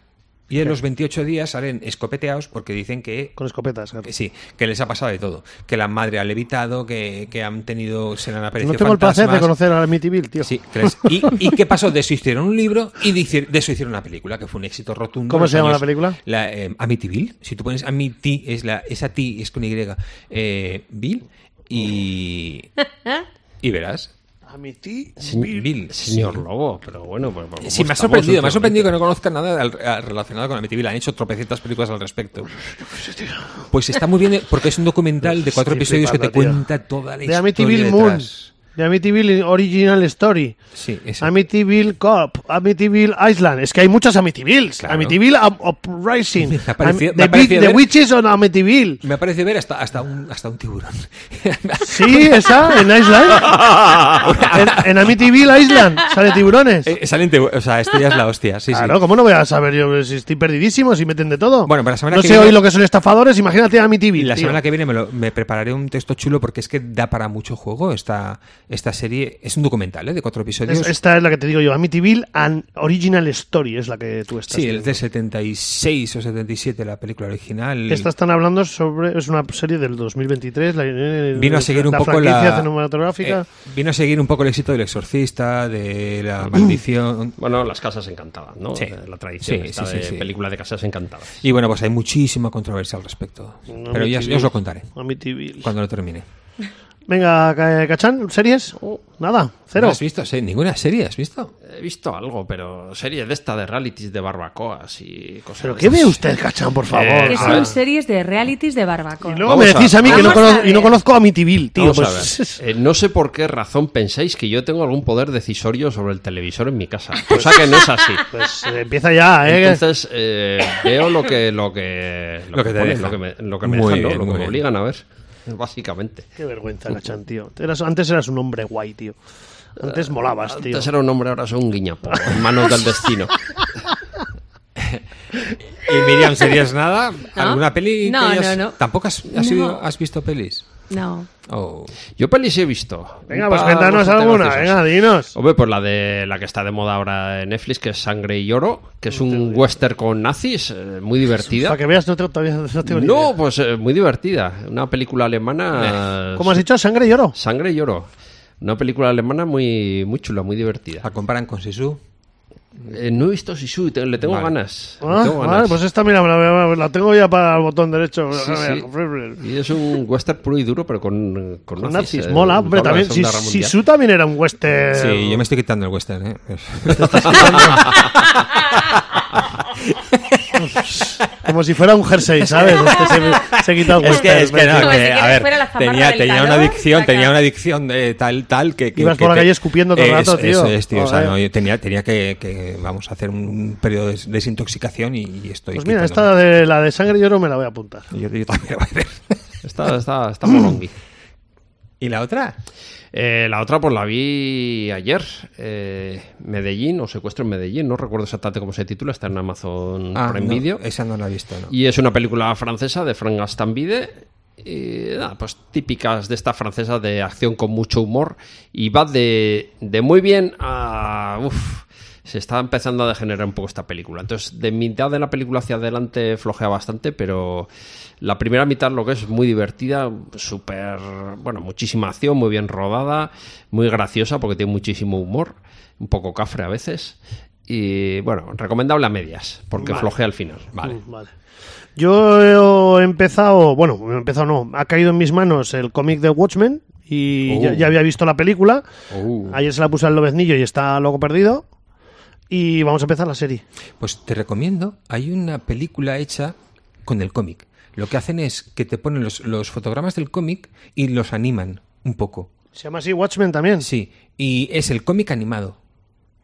Speaker 3: Y en los 28 días salen escopeteados porque dicen que
Speaker 1: Con escopetas. claro.
Speaker 3: que Sí, que les ha pasado de todo. Que la madre ha levitado, que, que han tenido, se le han aparecido
Speaker 1: No tengo el placer de
Speaker 3: fantasmas.
Speaker 1: conocer a Amityville, tío.
Speaker 3: Sí, que les- ¿Y, y qué pasó? De eso hicieron un libro y de, hici- de eso hicieron una película, que fue un éxito rotundo.
Speaker 1: ¿Cómo
Speaker 3: en los
Speaker 1: se llama la
Speaker 3: años-
Speaker 1: película?
Speaker 3: la, eh, Amityville. Si tú pones Amity, es la, esa T es con Y. Eh, Bill y. Y verás.
Speaker 1: Amity.
Speaker 3: Bill.
Speaker 4: Señor Lobo, pero bueno, pues, pues,
Speaker 3: Sí, me ha
Speaker 4: estamos
Speaker 3: sorprendido, me ha
Speaker 4: últimamente.
Speaker 3: sorprendido que no conozcan nada al- al- relacionado con Amityville. Han hecho tropecientas películas al respecto. Pues está muy bien, eh, porque es un documental de cuatro
Speaker 1: Estoy
Speaker 3: episodios que te
Speaker 1: flipando, tío.
Speaker 3: cuenta toda la
Speaker 1: De
Speaker 3: historia.
Speaker 1: Amityville
Speaker 3: detrás.
Speaker 1: Moon. De Amityville Original Story.
Speaker 3: Sí, esa.
Speaker 1: Amityville Cop, Amityville Island. Es que hay muchas Amityvilles.
Speaker 3: Claro.
Speaker 1: Amityville Up- Uprising.
Speaker 3: Me ha parecido-
Speaker 1: Am-
Speaker 3: me ha
Speaker 1: the, Big-
Speaker 3: parecido
Speaker 1: The
Speaker 3: ver-
Speaker 1: Witches on Amityville.
Speaker 3: Me parece ver hasta, hasta, un, hasta un tiburón.
Speaker 1: Sí, esa, en Island. en, en Amityville Island sale tiburones.
Speaker 3: Eh, salen tibu- o sea, esto ya es la hostia. Sí, sí.
Speaker 1: claro, ¿cómo no voy a saber yo si estoy perdidísimo, si meten de todo?
Speaker 3: Bueno, para la semana
Speaker 1: no
Speaker 3: que
Speaker 1: sé
Speaker 3: viene-
Speaker 1: hoy lo que son estafadores, imagínate a Amityville.
Speaker 3: Y la
Speaker 1: tío.
Speaker 3: semana que viene me, lo- me prepararé un texto chulo porque es que da para mucho juego esta, esta serie. Es un documental ¿eh? de cuatro episodios.
Speaker 1: Es- esta es la que te digo yo, Amityville and Original Story es la que tú estás.
Speaker 3: sí,
Speaker 1: viendo.
Speaker 3: es de 76 o 77 la película original.
Speaker 1: Esta están hablando sobre. Es una serie del 2023. La, eh,
Speaker 3: vino a seguir un
Speaker 1: la
Speaker 3: poco
Speaker 1: franquicia
Speaker 3: la
Speaker 1: cinematográfica.
Speaker 3: eh, vino a seguir un poco el éxito del exorcista de
Speaker 1: Mm.
Speaker 3: la maldición
Speaker 4: Bueno, las casas encantadas, ¿no?
Speaker 3: Sí.
Speaker 4: Eh, La tradición
Speaker 3: Sí,
Speaker 4: esta
Speaker 3: sí, sí,
Speaker 4: de
Speaker 3: sí.
Speaker 4: película de casas encantadas.
Speaker 3: y bueno pues hay muchísima controversia al respecto pero ya, ya os lo contaré
Speaker 1: Amityville.
Speaker 3: cuando lo termine
Speaker 1: Venga, ca- Cachán, ¿series? Oh, Nada,
Speaker 3: ¿No
Speaker 1: cero.
Speaker 3: has visto? Sí, ninguna serie has visto.
Speaker 4: He visto algo, pero series de esta de realities de barbacoas y cosas
Speaker 1: ¿Pero
Speaker 4: de
Speaker 1: qué
Speaker 4: esas.
Speaker 1: ve usted, Cachán, por
Speaker 3: Eh,
Speaker 1: favor?
Speaker 2: Que
Speaker 4: Ah.
Speaker 2: son series de realities de barbacoa.
Speaker 1: Y luego
Speaker 4: Vamos
Speaker 1: me decís a,
Speaker 4: a-
Speaker 1: mí que no,
Speaker 2: Vamos
Speaker 1: conozco,
Speaker 2: a
Speaker 1: y no
Speaker 2: ver.
Speaker 1: conozco a Mitivil, tío.
Speaker 4: Vamos a
Speaker 1: pues,
Speaker 4: ver. Eh, no sé por qué razón pensáis que yo tengo algún poder decisorio sobre el televisor en mi casa. Cosa que no es así.
Speaker 1: pues, eh, empieza ya, ¿eh?
Speaker 4: Entonces eh, veo lo que lo que
Speaker 3: Lo que te
Speaker 4: ponen,
Speaker 3: dejan.
Speaker 4: lo que me, lo que me
Speaker 3: Muy
Speaker 4: dejan, ¿no?
Speaker 3: bien,
Speaker 4: lo que
Speaker 3: muy
Speaker 4: me
Speaker 3: bien.
Speaker 4: obligan a ver, básicamente.
Speaker 1: Qué vergüenza, Cachán, tío. Eras- antes eras un hombre guay, tío. Antes
Speaker 2: Ah,
Speaker 1: molabas, tío.
Speaker 4: Antes era un hombre, ahora soy un guiñapo, en manos del destino.
Speaker 3: Y Miriam, ¿serías nada? ¿Ah? ¿Alguna peli? que
Speaker 2: No,
Speaker 3: hayas-
Speaker 2: no, no.
Speaker 3: ¿Tampoco has, has,
Speaker 2: No.
Speaker 3: ido- has visto pelis?
Speaker 2: No.
Speaker 3: Oh.
Speaker 4: Yo pelis he visto.
Speaker 1: Venga,
Speaker 4: Un
Speaker 1: pues
Speaker 4: par
Speaker 1: cuéntanos
Speaker 4: bastante
Speaker 1: alguna, venga,
Speaker 4: graciosas.
Speaker 1: dinos.
Speaker 4: Hombre, pues la de la que está de moda ahora en Netflix, que es Sangre y Oro, que es un western con nazis, eh, muy divertida.
Speaker 1: Para que veas, no te- todavía no tengo ni
Speaker 4: No,
Speaker 1: idea. Eh,
Speaker 4: pues eh, muy divertida. Una película alemana.
Speaker 1: ¿Cómo has dicho? ¿Sangre y oro?
Speaker 4: Sangre y Oro. Una película alemana muy, muy chula, muy divertida.
Speaker 1: Ah.
Speaker 3: ¿La comparan con Sisu?
Speaker 4: Eh, no he visto Sisu, te- le tengo
Speaker 3: Vale.
Speaker 4: ganas. le
Speaker 1: Ah,
Speaker 4: tengo
Speaker 1: vale,
Speaker 4: ganas.
Speaker 1: pues esta, mira, me la, me la- la tengo ya para el botón derecho.
Speaker 4: Sí,
Speaker 1: A ver,
Speaker 4: sí. Y es un western puro y duro, pero con, con
Speaker 1: Con
Speaker 4: nazis.
Speaker 1: nazis,
Speaker 4: eh,
Speaker 1: mola,
Speaker 4: con
Speaker 1: hombre,
Speaker 4: la
Speaker 1: también. Si,
Speaker 4: Segunda Guerra
Speaker 1: si
Speaker 4: Mundial.
Speaker 1: Su también era un western.
Speaker 3: Sí, yo me estoy quitando el western, ¿eh?
Speaker 1: Como si fuera un jersey, ¿sabes? Es que se, se quita el western.
Speaker 2: no,
Speaker 1: macho.
Speaker 2: Como si que- fuera la zamarra
Speaker 3: tenía,
Speaker 2: del
Speaker 3: tenía una
Speaker 2: calor,
Speaker 3: adicción,
Speaker 2: saca.
Speaker 3: tenía una adicción de tal, tal, que... que
Speaker 1: Ibas
Speaker 3: que
Speaker 1: por la calle escupiendo todo el
Speaker 3: Eso-
Speaker 1: rato, tío.
Speaker 3: Eso es, tío, o sea,
Speaker 1: Joder.
Speaker 3: no, yo tenía, tenía que, que, vamos, hacer un periodo de des- desintoxicación y, y estoy
Speaker 1: Pues mira, esta
Speaker 3: quitándome.
Speaker 1: de la de sangre y oro me la voy a apuntar.
Speaker 3: Yo, yo también lo voy a hacer.
Speaker 4: Está, está, está molongui.
Speaker 3: ¿Y la otra?
Speaker 4: Eh, la otra pues la vi ayer, eh, Medellín o Secuestro en Medellín, no recuerdo exactamente cómo se titula, está en Amazon
Speaker 3: Ah,
Speaker 4: Prime
Speaker 3: no,
Speaker 4: Video.
Speaker 3: esa no la he visto, ¿no?
Speaker 4: Y es una película francesa de Frank Gastambide, y, nada, pues típicas de esta francesa de acción con mucho humor y va de, de muy bien a... uf, se está empezando a degenerar un poco esta película. Entonces, de mitad de la película hacia adelante flojea bastante, pero la primera mitad lo que es muy divertida, súper, bueno, muchísima acción, muy bien rodada, muy graciosa porque tiene muchísimo humor, un poco cafre a veces. Y bueno, recomendable a medias, porque flojea al final. Vale.
Speaker 1: Mm, Vale. Yo he empezado, bueno, he empezado no, ha caído en mis manos el cómic de Watchmen y
Speaker 3: Oh.
Speaker 1: ya, ya había visto la película.
Speaker 4: Oh.
Speaker 1: Ayer se la puse al lobeznillo y está loco perdido. Y vamos a empezar la serie.
Speaker 3: Pues te recomiendo, hay una película hecha con el cómic. Lo que hacen es que te ponen los, los fotogramas del cómic y los animan un poco.
Speaker 1: Se llama así Watchmen también.
Speaker 3: Sí, y es el cómic animado.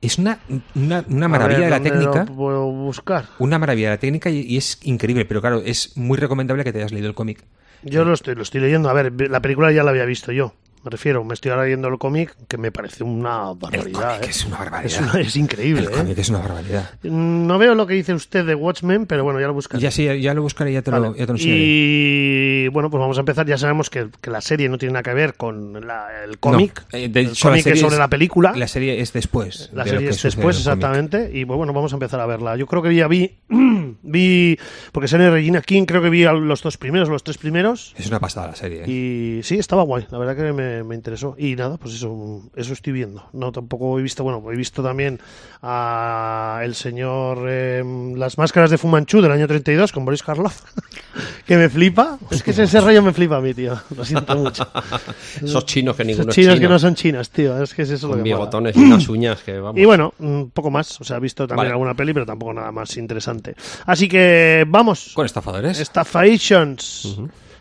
Speaker 3: Es una, una, una
Speaker 1: A
Speaker 3: maravilla
Speaker 1: ver,
Speaker 3: de la
Speaker 1: ¿dónde
Speaker 3: técnica.
Speaker 1: lo puedo buscar.
Speaker 3: Una maravilla de la técnica y, y es increíble, pero claro, es muy recomendable que te hayas leído el cómic.
Speaker 1: Yo lo estoy, lo estoy leyendo. A ver, la película ya la había visto yo. Me refiero, me estoy ahora leyendo el cómic que me parece una
Speaker 3: El
Speaker 1: barbaridad.
Speaker 3: cómic
Speaker 1: ¿eh?
Speaker 3: es una
Speaker 1: Es
Speaker 3: barbaridad.
Speaker 1: una- es increíble.
Speaker 3: el
Speaker 1: ¿eh?
Speaker 3: cómic es una barbaridad.
Speaker 1: No veo lo que dice usted de Watchmen, pero bueno, ya lo buscaré.
Speaker 3: Ya, sí, ya, ya lo buscaré y ya te lo,
Speaker 1: Vale.
Speaker 3: ya te lo enseñaré.
Speaker 1: y bueno, pues vamos a empezar. Ya sabemos que, que la serie no tiene nada que ver con la- el cómic.
Speaker 3: No, eh, de
Speaker 1: el
Speaker 3: hecho, la
Speaker 1: cómic es
Speaker 3: serie
Speaker 1: sobre la película.
Speaker 3: La serie es después.
Speaker 1: La
Speaker 3: de lo
Speaker 1: serie
Speaker 3: que
Speaker 1: es
Speaker 3: sucede
Speaker 1: después,
Speaker 3: en el cómic.
Speaker 1: exactamente. Y bueno, vamos a empezar a verla. Yo creo que ya vi, vi, porque sale Regina King, creo que vi a los dos primeros, los tres primeros.
Speaker 3: Es una pasada la serie. ¿eh?
Speaker 1: Y sí, estaba guay, la verdad que me, me interesó. Y nada, pues eso, eso estoy viendo. No, tampoco he visto, bueno, he visto también a el señor eh, Las Máscaras de Fumanchu del año 32 con Boris Karloff, que me flipa. Es que ese, ese rollo me flipa a mí, tío. Lo siento mucho.
Speaker 4: Esos chinos que ninguno
Speaker 1: Esos
Speaker 4: es
Speaker 1: chinos que
Speaker 4: chino.
Speaker 1: no son chinos, tío. Es que es eso
Speaker 4: Con
Speaker 1: lo que mola.
Speaker 4: bigotones y unas uñas que vamos.
Speaker 1: Y bueno, un poco más. O sea, he visto también
Speaker 4: Vale.
Speaker 1: alguna peli, pero tampoco nada más interesante. Así que vamos.
Speaker 3: Con estafadores.
Speaker 1: Estafations.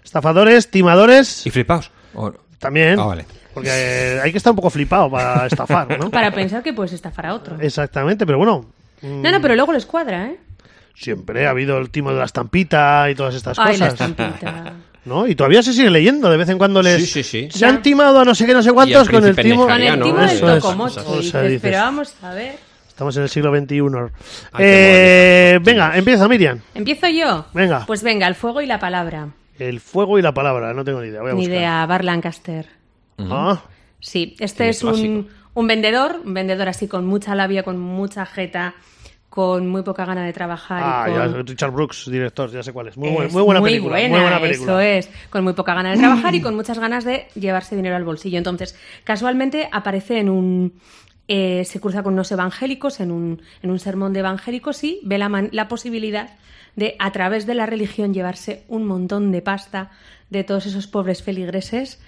Speaker 1: Estafadores, timadores.
Speaker 3: Y flipaos. O-
Speaker 1: También.
Speaker 3: Ah, vale.
Speaker 1: Porque eh, hay que estar un poco flipado para estafar, ¿no?
Speaker 2: Para pensar que puedes estafar a otro.
Speaker 1: Exactamente, pero bueno. mm,
Speaker 2: No, no, pero luego les cuadra, ¿eh?
Speaker 1: Siempre ha habido el timo de la estampita y todas estas
Speaker 2: Ay, la
Speaker 1: cosas.
Speaker 2: estampita.
Speaker 1: ¿no? Y todavía se sigue leyendo. De vez en cuando les.
Speaker 4: Sí, sí, sí.
Speaker 1: Se han timado a no sé qué, no sé cuántos con el
Speaker 4: príncipe
Speaker 1: timo.
Speaker 2: Con el
Speaker 4: Italiano,
Speaker 2: timo del
Speaker 1: Eso es.
Speaker 2: tocomocho.
Speaker 1: O
Speaker 2: y
Speaker 1: sea,
Speaker 2: dices,
Speaker 1: dices,
Speaker 2: pero vamos a ver.
Speaker 1: Estamos en el siglo XXI.
Speaker 4: Ay,
Speaker 1: Eh,
Speaker 4: qué modernizado,
Speaker 1: venga, empieza Miriam.
Speaker 2: ¿Empiezo yo?
Speaker 1: Venga.
Speaker 2: Pues venga, el fuego y la palabra.
Speaker 1: El fuego y la palabra, no tengo ni idea. Voy a
Speaker 2: Ni
Speaker 1: buscar.
Speaker 2: idea, Bar Lancaster.
Speaker 1: Ah,
Speaker 2: Sí,
Speaker 4: Sí,
Speaker 2: este es
Speaker 4: clásico.
Speaker 2: un, un vendedor, un vendedor así con mucha labia, con mucha jeta, con muy poca gana de trabajar.
Speaker 1: ah,
Speaker 2: y
Speaker 1: ya,
Speaker 2: con...
Speaker 1: Richard Brooks, director, ya sé cuál es. Muy,
Speaker 2: Es
Speaker 1: buena, muy buena película. muy
Speaker 2: buena,
Speaker 1: buena película.
Speaker 2: Eso ¿eh? es, con muy poca gana de trabajar y con muchas ganas de llevarse dinero al bolsillo. Entonces, casualmente aparece en un... eh, se cruza con unos evangélicos en un, en un sermón de evangélicos y ve la, man- la posibilidad de, a través de la religión, llevarse un montón de pasta de todos esos pobres feligreses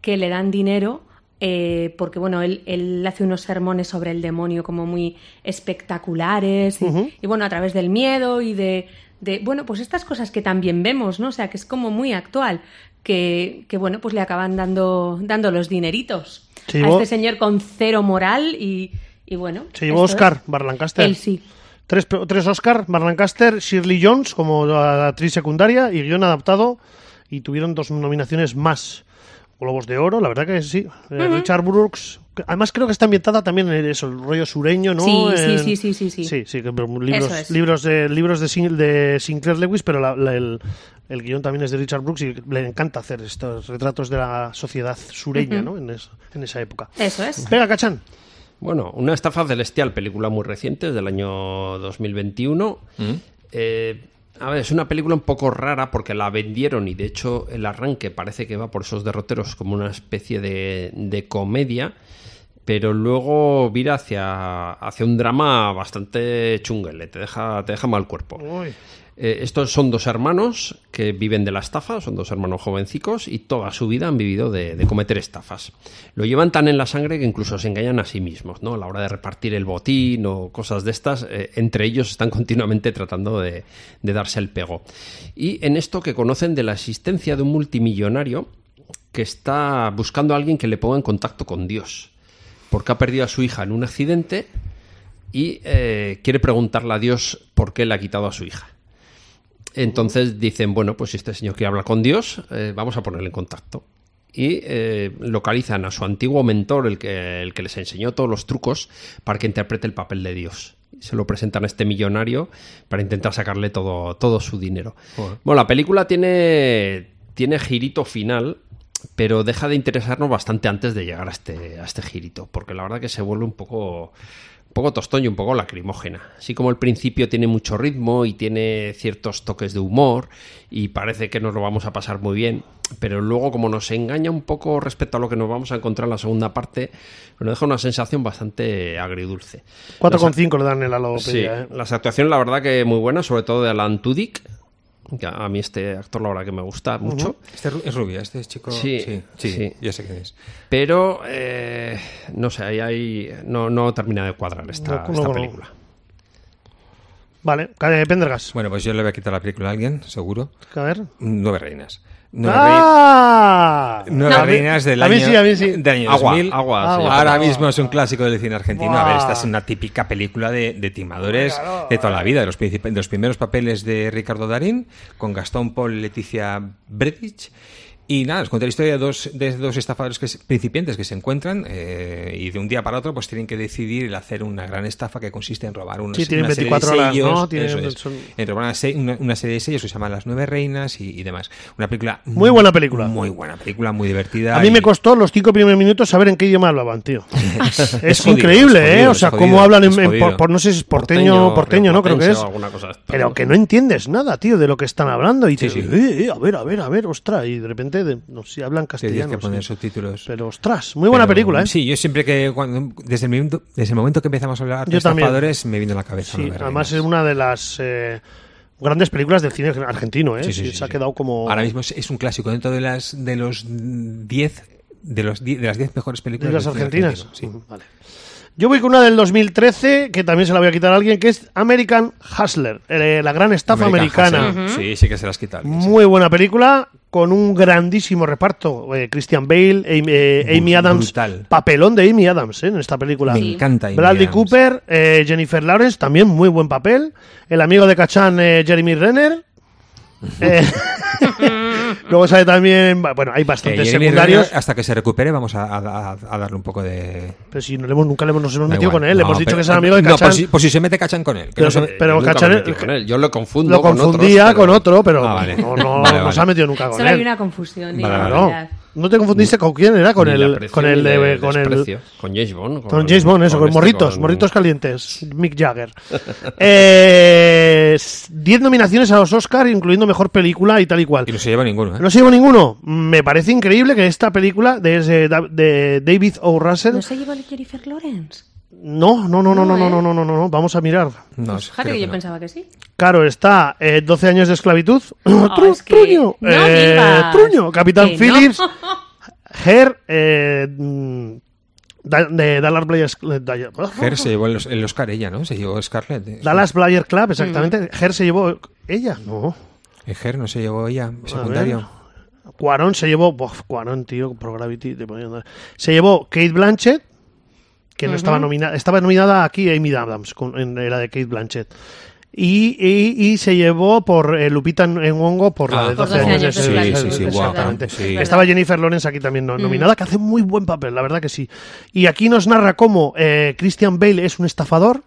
Speaker 2: que le dan dinero eh, porque, bueno, él, él hace unos sermones sobre el demonio como muy espectaculares y, y, bueno, a través del miedo y de, de, bueno, pues estas cosas que también vemos, ¿no? O sea, que es como muy actual, que, que bueno, pues le acaban dando, dando los dineritos
Speaker 1: Se
Speaker 2: a
Speaker 1: llevó-
Speaker 2: este señor con cero moral y, y bueno.
Speaker 1: Se llevó
Speaker 2: esto
Speaker 1: Oscar
Speaker 2: es.
Speaker 1: Barlancaster.
Speaker 2: Él sí.
Speaker 1: Tres, tres Oscar, Barlancaster, Shirley Jones como la actriz secundaria y guión adaptado. Y tuvieron dos nominaciones más. Globos de Oro, la verdad que sí. Eh, Richard Brooks. que Además creo que está ambientada también en eso, el rollo sureño, ¿no?
Speaker 2: Sí, sí,
Speaker 1: En-
Speaker 2: sí, sí, sí, sí.
Speaker 1: Sí, sí, que- pero libros,
Speaker 2: es.
Speaker 1: libros de, libros de, Sin- de Sinclair Lewis, pero la- la- el, el guión también es de Richard Brooks y le encanta hacer estos retratos de la sociedad sureña, ¿no? En, es- en esa época.
Speaker 2: Eso es.
Speaker 1: Venga, Cachán.
Speaker 4: Bueno, Una estafa celestial, película muy reciente, es del año 2021. Eh, a ver, es una película un poco rara porque la vendieron y de hecho el arranque parece que va por esos derroteros como una especie de, de comedia, pero luego vira hacia, hacia un drama bastante chunguele, te deja, te deja mal cuerpo. Eh, estos son dos hermanos que viven de la estafa, son dos hermanos jovencicos y toda su vida han vivido de, de cometer estafas. Lo llevan tan en la sangre que incluso se engañan a sí mismos, ¿no? A la hora de repartir el botín o cosas de estas, eh, entre ellos están continuamente tratando de, de darse el pego. Y en esto que conocen de la existencia de un multimillonario que está buscando a alguien que le ponga en contacto con Dios, porque ha perdido a su hija en un accidente y eh, quiere preguntarle a Dios por qué le ha quitado a su hija. Entonces dicen, bueno, pues si este señor quiere hablar con Dios, eh, vamos a ponerle en contacto. Y eh, localizan a su antiguo mentor, el que, el que les enseñó todos los trucos, para que interprete el papel de Dios. Se lo presentan a este millonario para intentar sacarle todo, todo su dinero. Bueno, la película tiene, tiene girito final, pero deja de interesarnos bastante antes de llegar a este, a este girito, porque la verdad que se vuelve un poco, un poco tostón y un poco lacrimógena. Así como el principio tiene mucho ritmo y tiene ciertos toques de humor y parece que nos lo vamos a pasar muy bien, pero luego como nos engaña un poco respecto a lo que nos vamos a encontrar en la segunda parte, nos deja una sensación bastante agridulce. Las-
Speaker 1: 4,5 le dan el alopecia.
Speaker 4: Sí,
Speaker 1: ¿eh?
Speaker 4: las actuaciones la verdad que muy buenas, sobre todo de Alan Tudyk, que a a mí este actor la verdad que me gusta mucho.
Speaker 3: Este es ru- es rubia, este chico.
Speaker 4: Sí, sí.
Speaker 3: yo sé quién es.
Speaker 4: Pero, eh, no sé, ahí, ahí no, no termina de cuadrar esta,
Speaker 1: No, no,
Speaker 4: esta
Speaker 1: no.
Speaker 4: película.
Speaker 1: Vale, eh, Pendergas.
Speaker 3: Bueno, pues yo le voy a quitar la película a alguien, seguro.
Speaker 1: A ver.
Speaker 3: Nueve reinas. Nueve,
Speaker 1: ¡Ah!
Speaker 3: rei- Nueve
Speaker 2: No.
Speaker 3: reinas del
Speaker 1: A mí
Speaker 3: año,
Speaker 1: sí, a mí sí.
Speaker 3: del año
Speaker 4: Agua,
Speaker 3: 2000.
Speaker 4: agua, se
Speaker 1: Agua.
Speaker 4: llama.
Speaker 3: Ahora mismo es un clásico del cine argentino. A ver,
Speaker 1: Buah.
Speaker 3: esta es una típica película de, de timadores de toda la vida, de los, princip- de los primeros papeles de Ricardo Darín, con Gastón Paul y Leticia Bredich. Y nada, nos cuenta la historia de dos, de dos estafadores que se- principiantes que se encuentran eh, y de un día para otro pues tienen que decidir el hacer una gran estafa que consiste en robar unos
Speaker 1: Sí, tienen
Speaker 3: una serie de
Speaker 1: 24 horas,
Speaker 3: sellos,
Speaker 1: ¿no? Tienen-
Speaker 3: eso es,
Speaker 1: son-
Speaker 3: en robar una, se- una- una serie de sellos que se llama Las Nueve Reinas y, y demás. Una película...
Speaker 1: Muy buena película.
Speaker 3: Muy buena película, muy divertida.
Speaker 1: A mí me
Speaker 3: y-
Speaker 1: costó los cinco primeros minutos saber en qué idioma hablaban, tío. Es,
Speaker 3: jodido,
Speaker 1: increíble,
Speaker 3: es
Speaker 1: ¿eh?
Speaker 3: jodido,
Speaker 1: O sea,
Speaker 3: es
Speaker 1: cómo
Speaker 3: jodido,
Speaker 1: hablan en,
Speaker 3: es
Speaker 1: en
Speaker 3: jodido.
Speaker 1: por- por- no sé si es porteño, porteño, ¿no? Creo que
Speaker 4: rioplatense
Speaker 1: es.
Speaker 4: o alguna cosa de estas.
Speaker 1: Pero que no entiendes nada, tío, de lo que están hablando. Y te
Speaker 3: Sí, sí.
Speaker 1: "Eh, eh, a ver, a ver, a ver, ostras. Y de repente, de- no sé, hablan
Speaker 3: Te tienes
Speaker 1: castellano.
Speaker 3: que poner
Speaker 1: sí.
Speaker 3: subtítulos.
Speaker 1: Pero ostras, muy buena
Speaker 3: Pero,
Speaker 1: película, ¿eh?
Speaker 3: Sí, yo siempre que. Cuando, desde, el momento, desde el momento que empezamos a hablar de
Speaker 1: Yo también.
Speaker 3: estafadores, me vino a la cabeza.
Speaker 1: Sí,
Speaker 3: Nueve
Speaker 1: además es
Speaker 3: Reinas.
Speaker 1: una de las eh, grandes películas del cine argentino, ¿eh?
Speaker 3: Sí, sí,
Speaker 1: Sí,
Speaker 3: sí,
Speaker 1: se ha
Speaker 3: sí.
Speaker 1: quedado como.
Speaker 3: Ahora mismo es, es un clásico dentro de las de los 10 de los die- de las mm, 10 mejores películas
Speaker 1: ¿De las
Speaker 3: del cine
Speaker 1: argentinas?
Speaker 3: argentino, sí.
Speaker 1: Vale. Yo voy con una del 2013, que también se la voy a quitar a alguien, que es American Hustler, eh, la gran estafa
Speaker 3: American
Speaker 1: americana.
Speaker 3: Hustle. Sí, sí que se las quita. alguien, sí.
Speaker 1: Muy buena película, con un grandísimo reparto. eh, Christian Bale, Amy, eh, Amy
Speaker 3: Bru-
Speaker 1: Adams.
Speaker 3: brutal.
Speaker 1: Papelón de Amy Adams eh, en esta película.
Speaker 3: Me encanta. Amy
Speaker 1: Bradley
Speaker 3: Adams.
Speaker 1: Cooper, eh, Jennifer Lawrence, también muy buen papel. El amigo de Cachán, eh, Jeremy Renner. Eh, luego sale también, bueno, hay
Speaker 3: Eh,
Speaker 1: bastantes
Speaker 3: Jeremy
Speaker 1: secundarios.
Speaker 3: Renner, hasta que se recupere, vamos a, a- a darle un poco de.
Speaker 1: Pero si no le hemos- nunca le hemos, nos hemos
Speaker 3: da
Speaker 1: metido
Speaker 3: igual.
Speaker 1: con él,
Speaker 3: No,
Speaker 1: hemos dicho
Speaker 3: pero-
Speaker 1: que es el amigo de
Speaker 3: No,
Speaker 1: Cachán.
Speaker 3: por si, por si se mete Cachan con él. que
Speaker 1: Pero-
Speaker 3: no se-
Speaker 1: pero- Cachar-
Speaker 4: Yo lo confundo
Speaker 1: lo
Speaker 4: con otro,
Speaker 1: confundía
Speaker 4: pero-
Speaker 1: con otro, pero
Speaker 3: Ah, vale.
Speaker 1: no, no,
Speaker 3: Vale,
Speaker 1: no
Speaker 3: vale.
Speaker 1: se ha metido nunca con
Speaker 2: Solo
Speaker 1: él.
Speaker 2: hay una confusión. de
Speaker 1: Claro.
Speaker 2: identidad.
Speaker 1: No te confundiste con quién era, con
Speaker 4: ni le
Speaker 1: el,
Speaker 4: aprecio
Speaker 1: con
Speaker 4: ni
Speaker 1: el,
Speaker 4: le
Speaker 1: de- con el,
Speaker 4: desprecio. Con James Bond. Con,
Speaker 1: Con James Bond, eso, con,
Speaker 4: este,
Speaker 1: morritos,
Speaker 4: con-
Speaker 1: morritos calientes, Mick Jagger. Eh, s- Diez nominaciones a los Oscar, incluyendo mejor película y tal y cual.
Speaker 3: Y no se lleva ninguno, ¿eh?
Speaker 1: No se llevó ninguno. Me parece increíble que esta película de, ese Da- de David O. Russell.
Speaker 2: ¿No se llevó el Jennifer Lawrence?
Speaker 1: No, no, no, no, no,
Speaker 2: No,
Speaker 1: no,
Speaker 2: ¿eh?
Speaker 1: no, no, no, no, no. Vamos a mirar.
Speaker 3: No,
Speaker 2: Pues fíjate
Speaker 3: creo
Speaker 2: que yo
Speaker 3: no.
Speaker 2: pensaba que sí.
Speaker 1: Claro, está eh, 12 años de esclavitud.
Speaker 2: Ah,
Speaker 1: Tru-
Speaker 2: es que-
Speaker 1: Truño. Eh,
Speaker 2: No digas.
Speaker 1: Truño. Capitán
Speaker 2: Que no.
Speaker 1: Phillips. Her. eh, mm, da- de Dallas Players. Dallas
Speaker 3: Her se llevó el, Os- el Oscar ella, ¿no? Se llevó Scarlett. Eh,
Speaker 1: Players Club,
Speaker 2: Mm.
Speaker 1: exactamente. Her se llevó. ¿Ella? No.
Speaker 3: Her no se llevó ella, secundario.
Speaker 1: Cuarón se llevó. Buf, Cuarón, tío, por Gravity. te podía andar. Se llevó Kate Blanchett, que no estaba nominada. Estaba nominada aquí Amy Adams, con- en, en la de Kate Blanchett. Y, y- y se llevó por eh, Lupita en Wongo por la
Speaker 3: Ah,
Speaker 1: de
Speaker 3: por
Speaker 1: 12
Speaker 3: 12
Speaker 1: años.
Speaker 3: años de
Speaker 1: Sí,
Speaker 3: esclavitud,
Speaker 1: sí, sí,
Speaker 3: es
Speaker 1: guapa,
Speaker 3: verdad,
Speaker 1: exactamente.
Speaker 3: sí.
Speaker 1: Estaba Jennifer Lawrence aquí también no- nominada, que hace muy buen papel, la verdad que sí. Y aquí nos narra cómo eh, Christian Bale es un estafador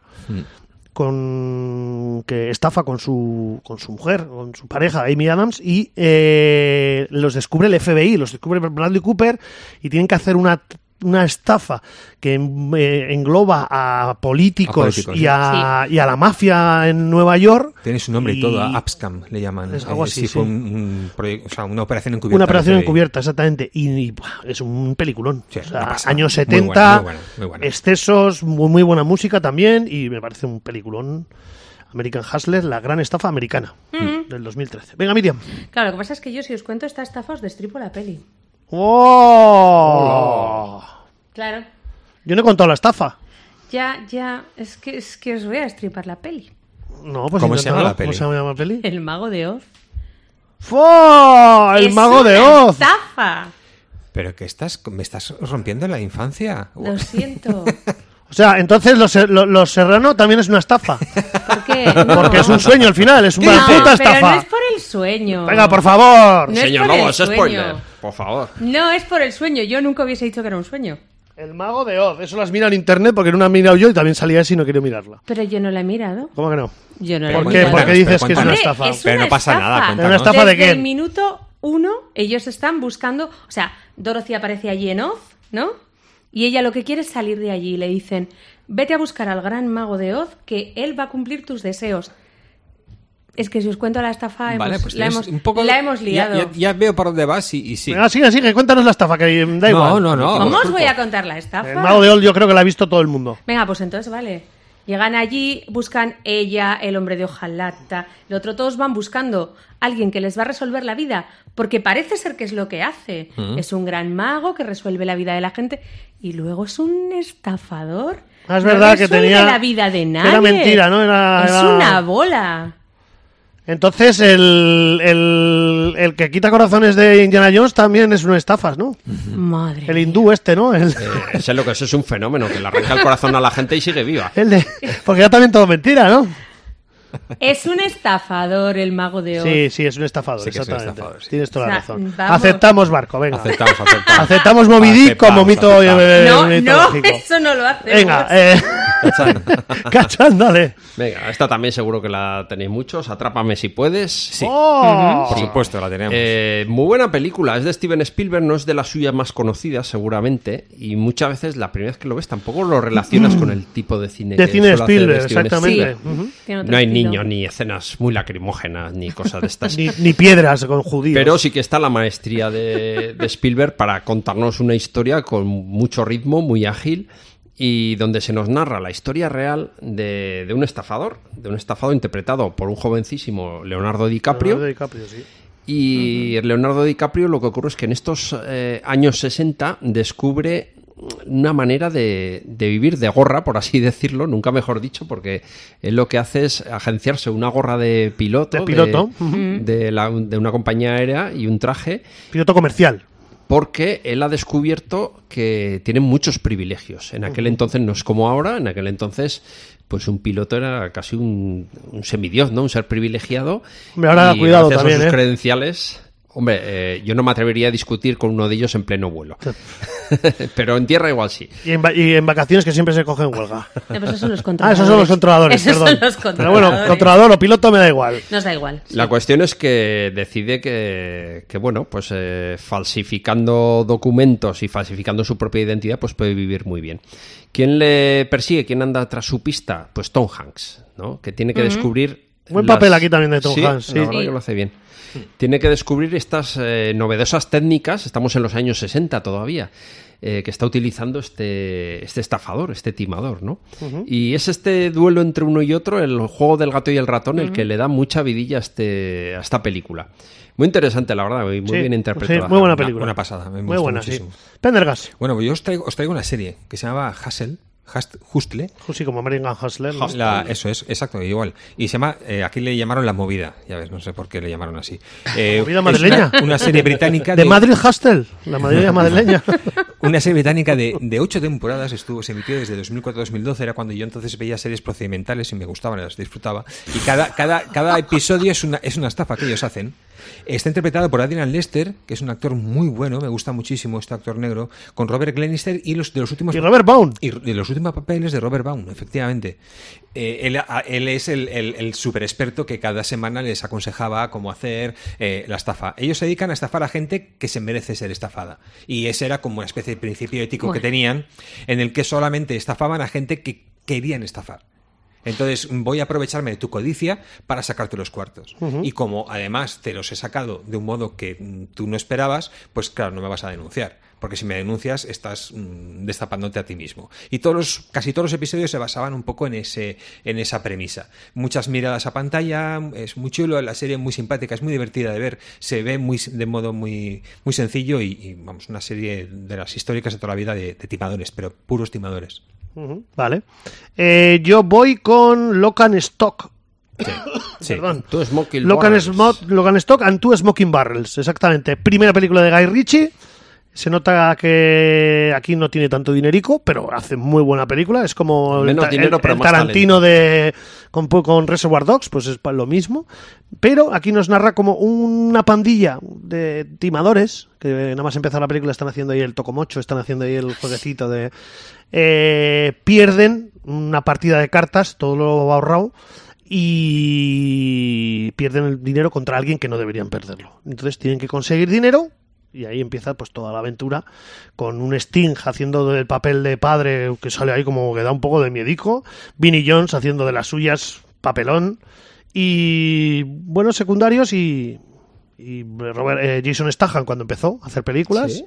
Speaker 1: con que estafa con su con su mujer, con su pareja Amy Adams y eh, los descubre el FBI, los descubre Bradley Cooper y tienen que hacer una una estafa que eh, engloba a políticos,
Speaker 3: A políticos,
Speaker 1: y, a, y a la mafia en Nueva York.
Speaker 3: Tiene su nombre y, todo,
Speaker 1: a
Speaker 3: Abscam le llaman.
Speaker 1: Es algo
Speaker 3: Eh,
Speaker 1: así,
Speaker 3: sí, fue
Speaker 1: sí.
Speaker 3: un- un proye- o sea, una operación encubierta.
Speaker 1: Una operación
Speaker 3: de-
Speaker 1: encubierta, exactamente. Y, y, buah, es un peliculón.
Speaker 3: Sí,
Speaker 1: O sea,
Speaker 3: una pasada.
Speaker 1: años
Speaker 3: Muy
Speaker 1: 70,
Speaker 3: buena, muy buena, muy buena.
Speaker 1: excesos, muy, muy buena música también. Y me parece un peliculón. American Hustler, la gran estafa americana
Speaker 2: Mm.
Speaker 1: del 2013. Venga, Miriam.
Speaker 2: Claro, lo que pasa es que yo, si os cuento esta estafa, os destripo la peli.
Speaker 1: ¡Oh!
Speaker 2: Claro.
Speaker 1: Yo no he contado la estafa.
Speaker 2: Ya, ya, es que, es que os voy a estripar la peli.
Speaker 1: No, pues
Speaker 3: ¿Cómo se llama
Speaker 1: inténtalo.
Speaker 3: la peli?
Speaker 1: ¿Cómo se llama la peli?
Speaker 2: El mago de Oz.
Speaker 1: ¡Fo! ¡El
Speaker 2: Es
Speaker 1: mago de
Speaker 2: una
Speaker 1: Oz!
Speaker 2: ¡Estafa!
Speaker 3: Pero que estás, me estás rompiendo la infancia.
Speaker 2: Lo siento.
Speaker 1: O sea, entonces los, los, los Serrano también es una estafa.
Speaker 2: ¿Por qué? No.
Speaker 1: Porque es un sueño al final, es una
Speaker 2: No,
Speaker 1: puta
Speaker 2: Pero no
Speaker 1: estafa.
Speaker 2: es por el sueño.
Speaker 1: Venga, por favor.
Speaker 2: No es
Speaker 4: Señor
Speaker 2: por el
Speaker 4: Lobos,
Speaker 2: sueño.
Speaker 4: spoiler. Por favor.
Speaker 2: No es por el sueño. Yo nunca hubiese dicho que era un sueño.
Speaker 1: El mago de Oz. Eso lo has mirado en internet porque no una he mirado yo y también salía así y no quiero mirarla.
Speaker 2: Pero yo no la he mirado.
Speaker 1: ¿Cómo que no?
Speaker 2: Yo no
Speaker 3: Pero
Speaker 2: la
Speaker 1: ¿Por
Speaker 2: he
Speaker 1: qué?
Speaker 2: mirado.
Speaker 1: ¿Por qué
Speaker 3: Pero
Speaker 1: dices que es una
Speaker 3: cuéntanos.
Speaker 2: Hombre,
Speaker 1: estafa?
Speaker 2: es
Speaker 3: Pero
Speaker 2: una
Speaker 3: no pasa
Speaker 2: estafa.
Speaker 3: nada, cuéntanos.
Speaker 1: ¿Pero una estafa de
Speaker 2: Desde
Speaker 1: quién?
Speaker 2: el minuto uno, ellos están buscando... O sea, Dorothy aparece allí en Oz, ¿no? Y ella lo que quiere es salir de allí. Le dicen, vete a buscar al gran mago de Oz, que él va a cumplir tus deseos. Es que si os cuento la estafa, hemos-
Speaker 3: Vale, pues
Speaker 2: la,
Speaker 3: tienes
Speaker 2: hemos,
Speaker 3: un poco-
Speaker 2: la hemos
Speaker 3: ya-
Speaker 2: liado.
Speaker 3: Ya, ya veo por dónde vas y, y sí.
Speaker 1: Venga, sigue, sigue. Cuéntanos la estafa que eh, da
Speaker 3: No,
Speaker 1: igual.
Speaker 3: no, no.
Speaker 2: ¿Cómo os
Speaker 3: disculpa.
Speaker 2: voy a contar la estafa?
Speaker 1: El mago de Oz yo creo que la ha visto todo el mundo.
Speaker 2: Venga, pues entonces vale. Llegan allí, buscan ella, el hombre de hojalata, el otro, todos van buscando alguien que les va a resolver la vida, porque parece ser que es lo que hace. Es un gran mago que resuelve la vida de la gente y luego es un estafador.
Speaker 1: Ah, es
Speaker 2: No
Speaker 1: verdad que
Speaker 2: resuelve
Speaker 1: tenía-
Speaker 2: la vida de
Speaker 1: que
Speaker 2: nadie.
Speaker 1: era mentira, ¿no? Era-
Speaker 2: es
Speaker 1: era-
Speaker 2: una bola.
Speaker 1: Entonces, el, el, el que quita corazones de Indiana Jones también es una estafa, ¿no?
Speaker 2: Madre.
Speaker 1: El
Speaker 2: mía.
Speaker 1: hindú este, ¿no? El,
Speaker 4: Ese es Eh, lo que es, es un fenómeno que le arranca el corazón a la gente y sigue viva.
Speaker 1: el de, porque ya también todo mentira, ¿no?
Speaker 2: Es un estafador el mago de Oz.
Speaker 1: Sí, sí, es un estafador,
Speaker 3: Sí que es un
Speaker 1: exactamente.
Speaker 3: estafador, sí.
Speaker 1: Tienes toda la
Speaker 2: O sea,
Speaker 1: razón.
Speaker 2: vamos.
Speaker 1: Aceptamos barco, venga.
Speaker 3: Aceptamos, aceptamos.
Speaker 1: Aceptamos Moby Dick
Speaker 3: Aceptamos,
Speaker 1: como mito
Speaker 3: aceptamos.
Speaker 1: eh,
Speaker 2: No, no,
Speaker 1: mitológico.
Speaker 2: eso no lo hace.
Speaker 1: Venga, eh, cachándole.
Speaker 4: Venga, esta también seguro que la tenéis muchos. Atrápame si puedes. Sí.
Speaker 1: ¡Oh!
Speaker 3: Por supuesto, la tenemos.
Speaker 4: Eh, muy buena película, es de Steven Spielberg, no es de las suyas más conocidas seguramente y muchas veces la primera vez que lo ves tampoco lo relacionas con el tipo de cine
Speaker 1: Mm. De
Speaker 4: que
Speaker 1: cine
Speaker 4: suele hacer
Speaker 1: Spielberg,
Speaker 4: Steven
Speaker 1: exactamente.
Speaker 4: Spielberg.
Speaker 1: Ujú.
Speaker 2: Tiene otro
Speaker 4: No hay
Speaker 2: estilo.
Speaker 4: niños ni escenas muy lacrimógenas ni cosas de estas.
Speaker 1: Ni, ni piedras con judíos.
Speaker 4: Pero sí que está la maestría de, de Spielberg para contarnos una historia con mucho ritmo, muy ágil, y donde se nos narra la historia real de, de un estafador, de un estafado interpretado por un jovencísimo Leonardo DiCaprio.
Speaker 1: Leonardo DiCaprio, sí.
Speaker 4: Y Leonardo DiCaprio lo que ocurre es que en estos eh, años 60 descubre una manera de, de vivir de gorra, por así decirlo, nunca mejor dicho, porque él lo que hace es agenciarse una gorra de piloto,
Speaker 1: De piloto,
Speaker 4: de la- de una compañía aérea y un traje,
Speaker 1: Piloto comercial.
Speaker 4: porque él ha descubierto que tienen muchos privilegios. En aquel entonces no es como ahora, en aquel entonces pues un piloto era casi un, un semidios, ¿no? Un ser privilegiado.
Speaker 1: Hombre, ahora
Speaker 4: Y
Speaker 1: cuidado
Speaker 4: gracias a
Speaker 1: también,
Speaker 4: sus
Speaker 1: ¿eh?
Speaker 4: credenciales... Hombre, eh, yo no me atrevería a discutir con uno de ellos en pleno vuelo. Pero en tierra igual sí.
Speaker 1: Y en, va- y en vacaciones que siempre se cogen huelga.
Speaker 2: No, pero pues esos son los
Speaker 1: Ah,
Speaker 2: controladores.
Speaker 1: esos son los controladores,
Speaker 2: Esos
Speaker 1: perdón.
Speaker 2: son los
Speaker 1: Pero bueno,
Speaker 2: controladores.
Speaker 1: controlador o piloto me da igual.
Speaker 2: Nos da igual.
Speaker 4: La cuestión es que decide que, que, bueno, pues eh, falsificando documentos y falsificando su propia identidad, pues puede vivir muy bien. ¿Quién le persigue? ¿Quién anda tras su pista? Pues Tom Hanks, ¿no? Que tiene que descubrir...
Speaker 1: Buen papel aquí también de Tom Hanks, sí.
Speaker 4: la verdad
Speaker 2: Sí.
Speaker 4: que lo hace bien. Tiene que descubrir estas eh, novedosas técnicas, estamos en los años 60 todavía, eh, que está utilizando este, este estafador, este timador, ¿no? Y es este duelo entre uno y otro, el juego del gato y el ratón, el que le da mucha vidilla a, este, a esta película. Muy interesante, la verdad, y muy
Speaker 1: Sí,
Speaker 4: bien interpretada.
Speaker 1: sí, muy buena
Speaker 3: Una-
Speaker 1: película.
Speaker 3: una pasada, me
Speaker 1: muy
Speaker 3: gustó
Speaker 1: buena,
Speaker 3: muchísimo.
Speaker 1: sí. Pendergast.
Speaker 3: Bueno, pues yo os traigo, os traigo una serie que se llamaba Hassel, Hast- Hustle.
Speaker 1: pues Sí, como American Hustler. ¿no?
Speaker 3: La- eso es, exacto, igual. Y se llama, eh, aquí le llamaron La Movida, ya ves, no sé por qué le llamaron así. Eh,
Speaker 1: Movida
Speaker 3: es
Speaker 1: madrileña.
Speaker 3: Una, una serie británica
Speaker 1: De Madrid Hustle, la madrileña madrileña.
Speaker 3: Una serie británica de, de ocho temporadas estuvo, se emitió desde 2004-2012, era cuando yo entonces veía series procedimentales y me gustaban, las disfrutaba. Y cada, cada, cada episodio es una, es una estafa que ellos hacen. Está interpretado por Adrian Lester, que es un actor muy bueno, me gusta muchísimo este actor negro, con Robert Glenister y los de los últimos
Speaker 1: y Robert Bowne.
Speaker 3: y de los últimos papeles de Robert Baum, efectivamente. Eh, él, a- él es el, el, super experto que cada semana les aconsejaba cómo hacer eh, la estafa. Ellos se dedican a estafar a gente que se merece ser estafada. Y ese era como una especie de principio ético que
Speaker 2: Bueno.
Speaker 3: tenían, en el que solamente estafaban a gente que querían estafar. Entonces voy a aprovecharme de tu codicia para sacarte los cuartos. Y como además te los he sacado de un modo que mm, tú no esperabas, pues claro, no me vas a denunciar. Porque si me denuncias, estás mm, destapándote a ti mismo. Y todos los- casi todos los episodios se basaban un poco en, ese, en esa premisa. Muchas miradas a pantalla, es muy chulo, la serie es muy simpática, es muy divertida de ver, se ve muy, de modo muy, muy sencillo y, y, vamos, una serie de las históricas de toda la vida de, de timadores, pero puros timadores.
Speaker 1: Ujú, Vale. Eh, yo voy con Locan Stock.
Speaker 3: Sí.
Speaker 1: Perdón.
Speaker 4: Tú, Smoking
Speaker 1: Locan,
Speaker 4: Barrels.
Speaker 1: Smo- Locan Stock and Two Smoking Barrels, exactamente. Primera película de Guy Ritchie. Se nota que aquí no tiene tanto dinerico, pero hace muy buena película. Es como el,
Speaker 4: Menos
Speaker 1: ta-
Speaker 4: dinero,
Speaker 1: el-
Speaker 4: pero
Speaker 1: el
Speaker 4: más
Speaker 1: Tarantino de con, con Reservoir Dogs, pues es pa- lo mismo. Pero aquí nos narra como una pandilla de timadores, que nada más empezar la película están haciendo ahí el tocomocho, están haciendo ahí el jueguecito de... eh, pierden una partida de cartas, todo lo ahorrado, y pierden el dinero contra alguien que no deberían perderlo. Entonces tienen que conseguir dinero y ahí empieza pues toda la aventura con un Sting haciendo el papel de padre que sale ahí como que da un poco de miedico, Vinnie Jones haciendo de las suyas papelón y buenos secundarios y, y Robert- eh, Jason Statham cuando empezó a hacer películas.
Speaker 4: Sí.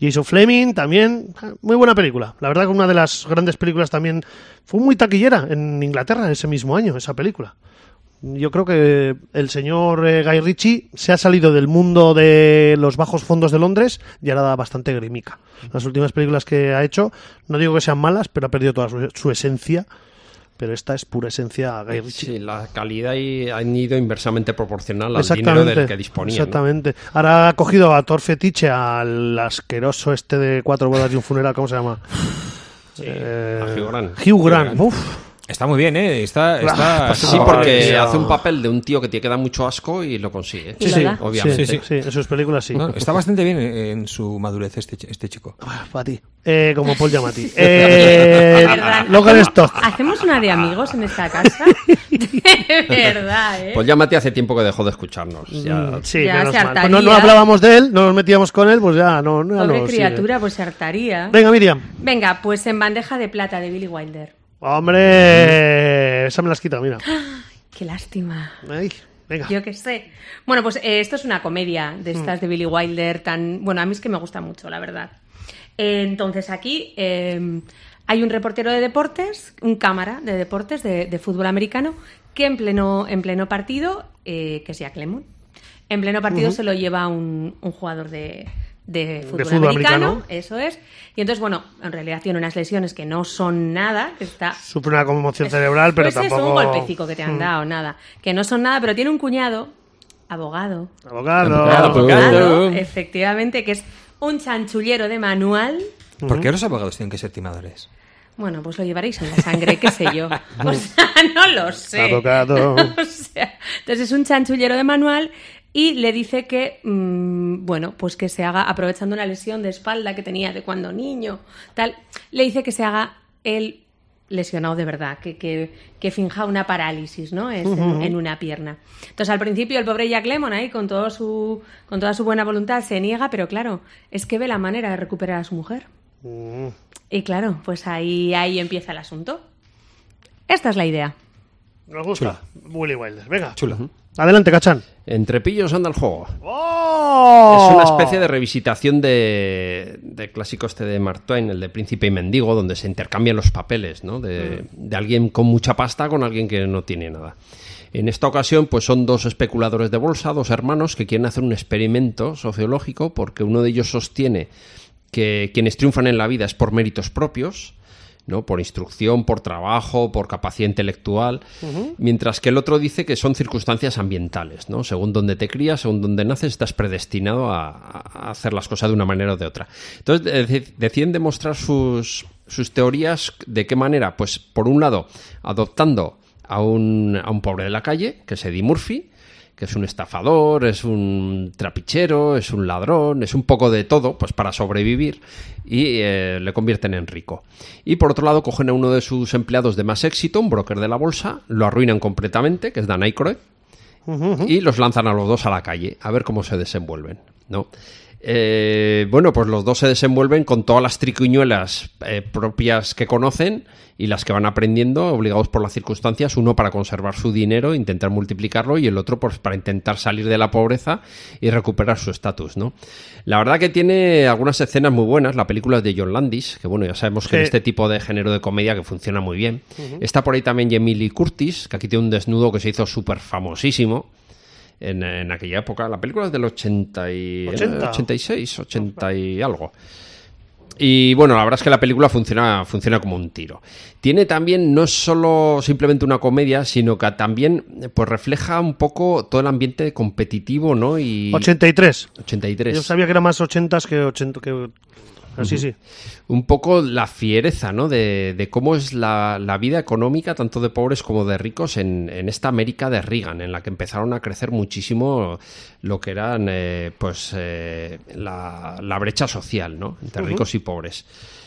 Speaker 1: Jason Fleming también, ah, muy buena película. La verdad que una de las grandes películas también fue muy taquillera en Inglaterra ese mismo año, esa película. Yo creo que el señor eh, Guy Ritchie se ha salido del mundo de los bajos fondos de Londres y ahora da bastante grimica. Las últimas películas que ha hecho, no digo que sean malas, pero ha perdido toda su, su esencia. Pero esta es pura esencia Guy Ritchie.
Speaker 4: Sí, la calidad y han ido inversamente proporcional al dinero del que disponía. ¿no?
Speaker 1: Exactamente. Ahora ha cogido a Thor Fetiche, al asqueroso este de cuatro bodas y un funeral, ¿cómo se llama? Eh,
Speaker 4: a Hugh Grant.
Speaker 1: Hugh Grant. Uf.
Speaker 3: Está muy bien, ¿eh? Está, está,
Speaker 1: Ah,
Speaker 3: está
Speaker 4: Sí,
Speaker 1: Ah,
Speaker 4: porque
Speaker 1: tío.
Speaker 4: hace un papel de un tío que te queda mucho asco y lo consigue.
Speaker 2: Sí, sí.
Speaker 4: obviamente.
Speaker 1: Sí, sí, sí, en sus películas sí.
Speaker 3: no, está bastante bien en, en su madurez este, ch- este chico.
Speaker 1: Ah, para ti. Eh, como Paul Giamatti. Eh,
Speaker 2: Perdón, Ah,
Speaker 1: Logan
Speaker 2: ¿hacemos-
Speaker 1: Stock.
Speaker 2: ¿Hacemos una de amigos en esta casa? de verdad, ¿eh?
Speaker 4: Pues llámate hace tiempo que dejó de escucharnos. Ya,
Speaker 1: Sí,
Speaker 2: Ya
Speaker 1: menos
Speaker 2: se
Speaker 1: mal. Pues no, no
Speaker 2: hartaría.
Speaker 1: hablábamos de él, no nos metíamos con él, pues ya no. no ya
Speaker 2: Pobre
Speaker 1: no sigue.
Speaker 2: criatura, pues se hartaría.
Speaker 1: Venga, Miriam.
Speaker 2: Venga, pues en bandeja de plata de Billy Wilder.
Speaker 1: Hombre, esa me la has quitado, mira.
Speaker 2: Qué lástima.
Speaker 1: Ay, venga. Hmm.
Speaker 2: Yo qué sé. Bueno, pues eh, esto es una comedia de estas de Billy Wilder tan... Bueno, a mí es que me gusta mucho, la verdad. Eh, Entonces aquí eh, hay un reportero de deportes, un cámara de deportes de, de fútbol americano, que en pleno, en pleno partido, eh, que sea Clemon, en pleno partido se lo lleva un, un jugador de, de fútbol,
Speaker 1: fútbol
Speaker 2: americano,
Speaker 1: americano.
Speaker 2: eso es. Y entonces, bueno, en realidad tiene unas lesiones que no son nada, que está
Speaker 1: Sufre una conmoción cerebral, pero
Speaker 2: pues
Speaker 1: tampoco. Mm.
Speaker 2: es un golpecico que te han dado, nada. Que no son nada, pero tiene un cuñado, abogado.
Speaker 1: Abogado.
Speaker 4: Abogado.
Speaker 2: Abogado, pues, efectivamente, que es un chanchullero de manual.
Speaker 3: ¿Por qué los abogados tienen que ser timadores?
Speaker 2: Bueno, pues lo llevaréis en la sangre, qué sé yo. O sea, no lo sé.
Speaker 1: Abogado.
Speaker 2: O sea, entonces es un chanchullero de manual y le dice que, mm, bueno, pues que se haga, aprovechando una lesión de espalda que tenía de cuando niño, tal, le dice que se haga el lesionado de verdad, que, que, que finja una parálisis, ¿no? Es en- en, una pierna. Entonces, al principio, el pobre Jack Lemon ahí, con, todo su, con toda su buena voluntad, se niega, pero claro, es que ve la manera de recuperar a su mujer. Y claro, pues ahí, ahí empieza el asunto. Esta es la idea.
Speaker 1: Nos gusta. Willy Wilder. Venga.
Speaker 3: Chula.
Speaker 1: Adelante, Cachán.
Speaker 4: Entre pillos anda el juego.
Speaker 1: ¡Oh!
Speaker 4: Es una especie de revisitación de, de clásico este de Mark Twain, el de Príncipe y Mendigo, donde
Speaker 2: Mm.
Speaker 4: se intercambian los papeles, ¿no? De, de alguien con mucha pasta con alguien que no tiene nada. En esta ocasión, pues son dos especuladores de bolsa, dos hermanos, que quieren hacer un experimento sociológico, porque uno de ellos sostiene que quienes triunfan en la vida es por méritos propios, ¿no? Por instrucción, por trabajo, por capacidad intelectual, mientras que el otro dice que son circunstancias ambientales, ¿no? Según donde te crías, según donde naces, estás predestinado a, a hacer las cosas de una manera o de otra. Entonces, de- de- deciden demostrar sus, sus teorías de qué manera, pues por un lado, adoptando a un, a un pobre de la calle, que es Eddie Murphy, que es un estafador, es un trapichero, es un ladrón, es un poco de todo, pues para sobrevivir y eh, le convierten en rico. Y por otro lado, cogen a uno de sus empleados de más éxito, un broker de la bolsa, lo arruinan completamente, que es Dan Aykroyd, y los lanzan a los dos a la calle, a ver cómo se desenvuelven, ¿no? Eh, bueno, pues los dos se desenvuelven con todas las triquiñuelas eh, propias que conocen y las que van aprendiendo, obligados por las circunstancias, uno para conservar su dinero, intentar multiplicarlo y el otro pues, para intentar salir de la pobreza y recuperar su estatus, ¿no? La verdad que tiene algunas escenas muy buenas, la película es de John Landis, que bueno, ya sabemos que en
Speaker 1: Sí.
Speaker 4: este tipo de género de comedia que funciona muy bien. Está por ahí también Jamie Lee Curtis, que aquí tiene un desnudo que se hizo súper famosísimo en, en aquella época. La película es del 80 y,
Speaker 1: 80.
Speaker 4: 86, 80 y algo. Y bueno, la verdad es que la película funciona, funciona como un tiro. Tiene también no es solo simplemente una comedia, sino que también pues refleja un poco todo el ambiente competitivo, ¿no? Y
Speaker 1: 83.
Speaker 4: 83.
Speaker 1: Yo sabía que era más 80 que 80. Que... Ah, sí, sí.
Speaker 4: un poco la fiereza, ¿no? De, de cómo es la, la vida económica, tanto de pobres como de ricos, en, en esta América de Reagan, en la que empezaron a crecer muchísimo lo que eran, eh, pues, eh, la, la brecha social, ¿no? Entre ricos y pobres.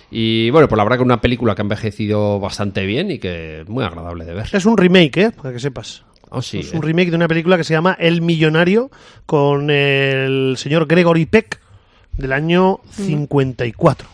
Speaker 4: Y bueno, pues la verdad que una película que ha envejecido bastante bien y que es muy agradable de ver.
Speaker 1: Es un remake, ¿eh? Para que sepas.
Speaker 4: Oh, sí,
Speaker 1: es
Speaker 4: eh.
Speaker 1: un remake de una película que se llama El Millonario con el señor Gregory Peck del año 54.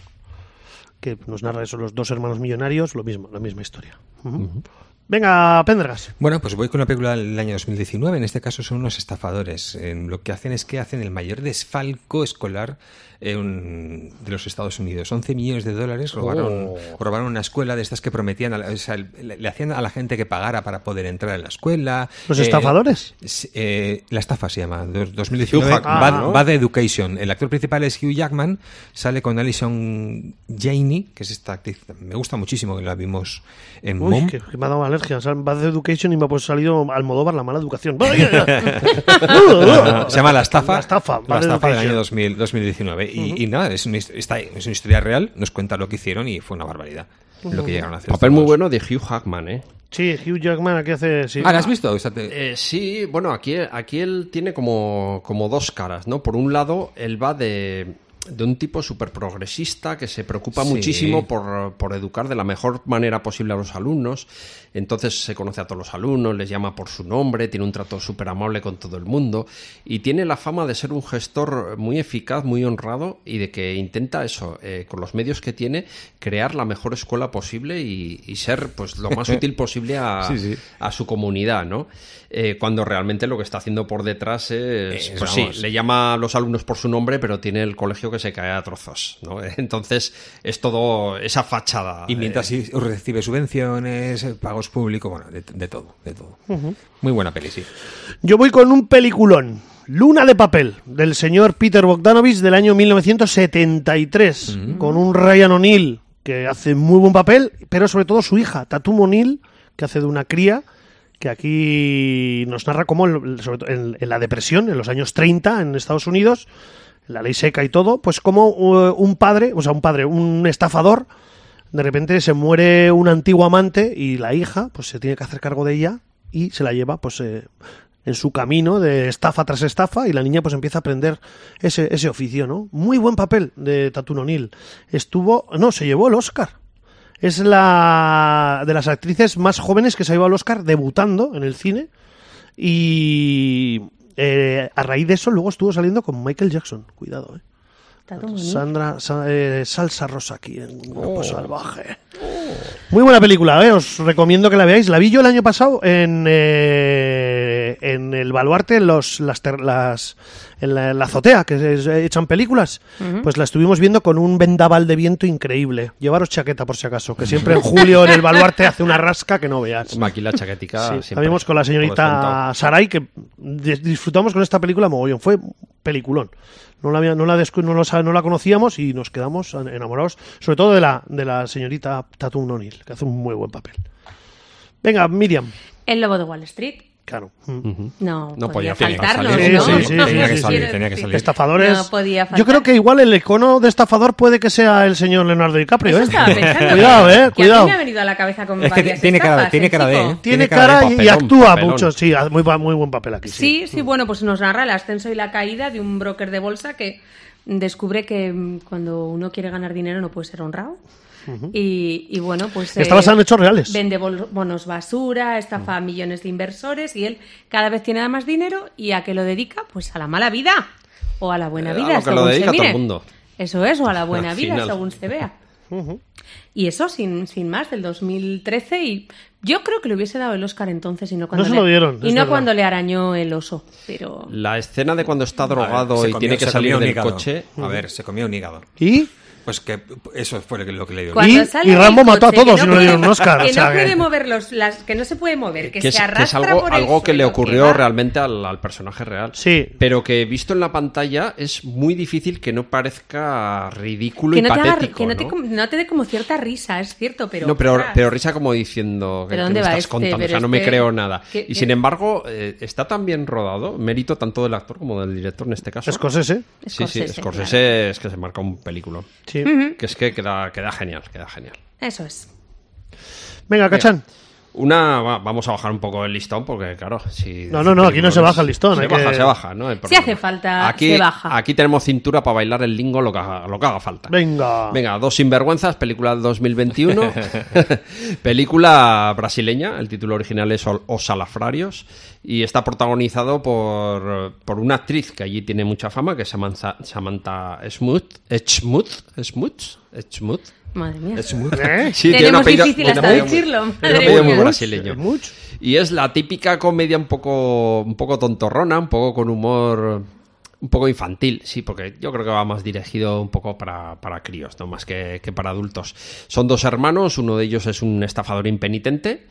Speaker 1: Que nos narra eso, los dos hermanos millonarios, lo mismo, la misma historia. Ujú. Venga, Pendergas.
Speaker 3: Bueno, pues voy con una película del año 2019. En este caso son unos estafadores. Eh, lo que hacen es que hacen el mayor desfalco escolar en- de los Estados Unidos. 11 millones de dólares robaron,
Speaker 1: Oh.
Speaker 3: robaron una escuela de estas que prometían, a la- o sea, le, le hacían a la gente que pagara para poder entrar en la escuela.
Speaker 1: ¿Los
Speaker 3: Eh,
Speaker 1: estafadores?
Speaker 3: Sí, eh, la estafa se llama, dos- 2019,
Speaker 4: Hugh Jackman,
Speaker 3: Bad,
Speaker 1: ¿no?
Speaker 3: Bad Education. El actor principal es Hugh Jackman, sale con Alison Janey, que es esta actriz, me gusta muchísimo, que la vimos en
Speaker 1: Uy,
Speaker 3: Mom.
Speaker 1: que, que me ha dado alergia. O sea, Bad Education y me ha pues salido Almodóvar, la mala educación. Bueno, ya, ya.
Speaker 3: Ah, se llama La Estafa.
Speaker 1: La Estafa,
Speaker 3: La
Speaker 1: Bad
Speaker 3: Estafa del
Speaker 1: Education.
Speaker 3: año 2000, 2019. Y, y nada, es una, his- está- es una historia real, nos cuenta lo que hicieron y fue una barbaridad lo que llegaron a hacer.
Speaker 4: Papel
Speaker 3: estos
Speaker 4: muy
Speaker 3: dos.
Speaker 4: bueno de Hugh Hackman, ¿eh?
Speaker 1: Sí, Hugh Jackman aquí hace... sí.
Speaker 3: Ah, ¿la has visto? O sea, te-
Speaker 4: Eh, sí, bueno, aquí, aquí él tiene como, como dos caras, ¿no? Por un lado, él va de, de un tipo súper progresista que se preocupa
Speaker 3: Sí.
Speaker 4: muchísimo por, por educar de la mejor manera posible a los alumnos. Entonces se conoce a todos los alumnos, les llama por su nombre, tiene un trato súper amable con todo el mundo y tiene la fama de ser un gestor muy eficaz, muy honrado y de que intenta eso, eh, con los medios que tiene, crear la mejor escuela posible y, y ser pues lo más útil posible a,
Speaker 3: Sí, sí.
Speaker 4: a su comunidad, ¿no? Eh, cuando realmente lo que está haciendo por detrás es.
Speaker 3: Eh,
Speaker 4: pues
Speaker 3: vamos.
Speaker 4: sí, le llama a los alumnos por su nombre, pero tiene el colegio que se cae a trozos, ¿no? Entonces es todo esa fachada.
Speaker 3: y mientras
Speaker 4: eh,
Speaker 3: sí recibe subvenciones, eh, pagos públicos, bueno, de, de todo, de todo. Muy buena peli, sí.
Speaker 1: Yo voy con un peliculón. Luna de papel, del señor Peter Bogdanovich del año 1973, con un Ryan O'Neill que hace muy buen papel, pero sobre todo su hija, Tatum O'Neill, que hace de una cría, que aquí nos narra cómo, el- sobre todo en, en la depresión, en los años 30, en Estados Unidos, la ley seca y todo, pues como un padre, o sea, un padre, un estafador, de repente se muere un antiguo amante y la hija pues se tiene que hacer cargo de ella y se la lleva pues eh, en su camino de estafa tras estafa y la niña pues empieza a aprender ese, ese oficio, ¿no? Muy buen papel de Tatun O'Neill. Estuvo, no, se llevó el Oscar. Es la de las actrices más jóvenes que se ha llevado el Oscar debutando en el cine y eh, a raíz de eso luego estuvo saliendo con Michael Jackson. Cuidado, eh.
Speaker 2: Tatum O'Neill.
Speaker 1: Sandra Sa- eh, Salsa Rosa aquí en Grupo Salvaje. Muy buena película, ¿eh? os recomiendo que la veáis. La vi yo el año pasado en eh, en el baluarte, en los, las, ter- las- en la, en la azotea, que se- se echan películas, pues la estuvimos viendo con un vendaval de viento increíble. Llevaros chaqueta por si acaso, que siempre en julio en el baluarte hace una rasca que no veas.
Speaker 4: Hombre, Aquí Eh, la chaquetica.
Speaker 1: Sí,
Speaker 4: Ah, siempre.
Speaker 1: la vimos con la señorita
Speaker 4: Por
Speaker 1: Sarai, que dis- disfrutamos con esta película mogollón. Fue peliculón. No la, había- no, la descu- no, lo sa- no la conocíamos y nos quedamos en- enamorados, sobre todo de la, de la señorita Tatum O'Neill, que hace un muy buen papel. Venga, Miriam. Mm.
Speaker 2: El lobo de Wall Street.
Speaker 1: claro.
Speaker 2: No,
Speaker 4: No
Speaker 2: podía,
Speaker 4: podía, tenía que
Speaker 2: faltarnos,
Speaker 1: salir.
Speaker 2: ¿no?
Speaker 1: Sí, sí, sí, Tenía sí, que sí.
Speaker 3: salir,
Speaker 2: Quiero
Speaker 3: tenía que
Speaker 2: decir,
Speaker 3: salir.
Speaker 1: Estafadores.
Speaker 2: No podía faltar.
Speaker 1: Yo creo que igual el icono de estafador puede que sea el señor Leonardo DiCaprio.
Speaker 2: Eso
Speaker 1: ¿eh?
Speaker 2: estaba pensando.
Speaker 1: Cuidado,
Speaker 2: que
Speaker 1: eh,
Speaker 2: a mí
Speaker 1: cuidado.
Speaker 2: me ha venido a la cabeza con
Speaker 3: Es que
Speaker 2: varias
Speaker 3: tiene cara-
Speaker 2: estafas,
Speaker 3: tiene
Speaker 2: ¿eh,
Speaker 3: cara de,
Speaker 2: chico?
Speaker 3: ¿eh?
Speaker 1: Tiene
Speaker 3: Tiene cara
Speaker 1: cara
Speaker 3: de
Speaker 1: y- y
Speaker 4: papelón,
Speaker 1: actúa
Speaker 4: papelón.
Speaker 1: mucho. Sí, ha- muy, ba- muy buen papel aquí. Sí,
Speaker 2: Sí,
Speaker 4: Hmm.
Speaker 2: sí, bueno, pues nos narra el ascenso y la caída de un broker de bolsa que descubre que mm, cuando uno quiere ganar dinero no puede ser honrado. y, y bueno, pues...
Speaker 1: Está basado en hechos reales.
Speaker 2: Vende bol- bonos basura, estafa a
Speaker 4: Hmm.
Speaker 2: millones de inversores y él cada vez tiene más dinero y a qué lo dedica, pues a la mala vida o a la buena
Speaker 4: Eh, a
Speaker 2: vida,
Speaker 4: lo que lo
Speaker 2: según
Speaker 4: dedica
Speaker 2: se
Speaker 4: todo el
Speaker 2: mire.
Speaker 4: mundo.
Speaker 2: Eso es, o a la buena
Speaker 4: Al
Speaker 2: vida,
Speaker 4: final.
Speaker 2: según se vea. Y eso sin, sin más, del 2013. Y yo creo que le hubiese dado el Oscar entonces y no cuando.
Speaker 1: se
Speaker 2: le-
Speaker 1: lo dieron,
Speaker 2: Y
Speaker 1: es
Speaker 2: no
Speaker 1: verdad.
Speaker 2: cuando le arañó el oso. Pero.
Speaker 4: La escena de cuando está
Speaker 3: A
Speaker 4: drogado
Speaker 3: ver, se
Speaker 4: y
Speaker 3: comió-
Speaker 4: tiene que
Speaker 3: se
Speaker 4: salir
Speaker 3: comió un
Speaker 4: del
Speaker 3: hígado. Mm.
Speaker 4: coche.
Speaker 3: A ver, se comió un hígado.
Speaker 1: ¿Y?
Speaker 3: Pues que eso fue lo que le dio.
Speaker 2: Cuando
Speaker 1: Y-
Speaker 2: sale
Speaker 1: y
Speaker 2: del
Speaker 1: Rambo mató a
Speaker 2: coche,
Speaker 1: todos
Speaker 2: que
Speaker 1: y no le dieron
Speaker 2: puede-
Speaker 1: un Oscar,
Speaker 2: Que
Speaker 1: o sea,
Speaker 2: no
Speaker 1: que-
Speaker 2: puede mover los, las, que no se puede mover, que,
Speaker 4: Eh, que es,
Speaker 2: se
Speaker 4: que es
Speaker 2: arrastra
Speaker 4: algo,
Speaker 2: por el
Speaker 4: algo que le
Speaker 2: suelo,
Speaker 4: ocurrió
Speaker 2: va.
Speaker 4: realmente al, al personaje real.
Speaker 1: Sí.
Speaker 4: Pero que visto en la pantalla es muy difícil que no parezca ridículo
Speaker 2: Que
Speaker 4: y
Speaker 2: no, te haga-
Speaker 4: patético.
Speaker 2: que no te
Speaker 4: ¿no?
Speaker 2: com- no te dé como cierta risa, es cierto, pero.
Speaker 4: No, pero,
Speaker 2: ostras.
Speaker 4: pero risa como diciendo que
Speaker 2: ¿Pero
Speaker 4: que
Speaker 2: dónde
Speaker 4: me
Speaker 2: va
Speaker 4: estás
Speaker 2: este?
Speaker 4: contando,
Speaker 2: Pero
Speaker 4: o sea, no me
Speaker 2: este-
Speaker 4: creo nada.
Speaker 2: ¿Qué-
Speaker 4: y
Speaker 2: qué?
Speaker 4: sin embargo, eh, está tan bien rodado, mérito tanto del actor como del director en este caso.
Speaker 1: Scorsese.
Speaker 4: Sí, sí,
Speaker 2: Scorsese,
Speaker 4: Scorsese es que se marca un película.
Speaker 1: Sí.
Speaker 4: Que es que queda, queda genial, queda genial.
Speaker 2: Eso es.
Speaker 1: Venga, Cachán.
Speaker 4: Una, va- vamos a bajar un poco el listón porque, claro, si.
Speaker 1: No, no, no, aquí no se baja el listón,
Speaker 4: Se
Speaker 1: hay
Speaker 4: baja,
Speaker 1: que-
Speaker 4: se baja, ¿no? Hay
Speaker 2: Si
Speaker 4: problema.
Speaker 2: hace falta,
Speaker 4: aquí,
Speaker 2: se baja.
Speaker 4: Aquí tenemos cintura para bailar el lingo lo que haga, lo que haga falta.
Speaker 1: Venga.
Speaker 4: Venga, dos sinvergüenzas, película 2021. película brasileña, el título original es Ol- Os Salafrarios. Y está protagonizado por, por una actriz que allí tiene mucha fama, que es Samantha, Samantha Schmutz. Schmutz. Schmutz. Schmutz.
Speaker 2: Madre mía.
Speaker 1: ¿Eh?
Speaker 4: Sí,
Speaker 2: Tenemos
Speaker 4: un apellido-
Speaker 2: difícil
Speaker 4: un
Speaker 2: hasta
Speaker 4: apellido muy-
Speaker 2: decirlo,
Speaker 4: un
Speaker 2: madre
Speaker 4: apellido muy
Speaker 2: mía.
Speaker 4: brasileño.
Speaker 1: Mucho.
Speaker 4: Y es la típica comedia un poco, un poco tontorrona, un poco con humor un poco infantil, sí, porque yo creo que va más dirigido un poco para, para críos, no más que, que para adultos. Son dos hermanos, uno de ellos es un estafador impenitente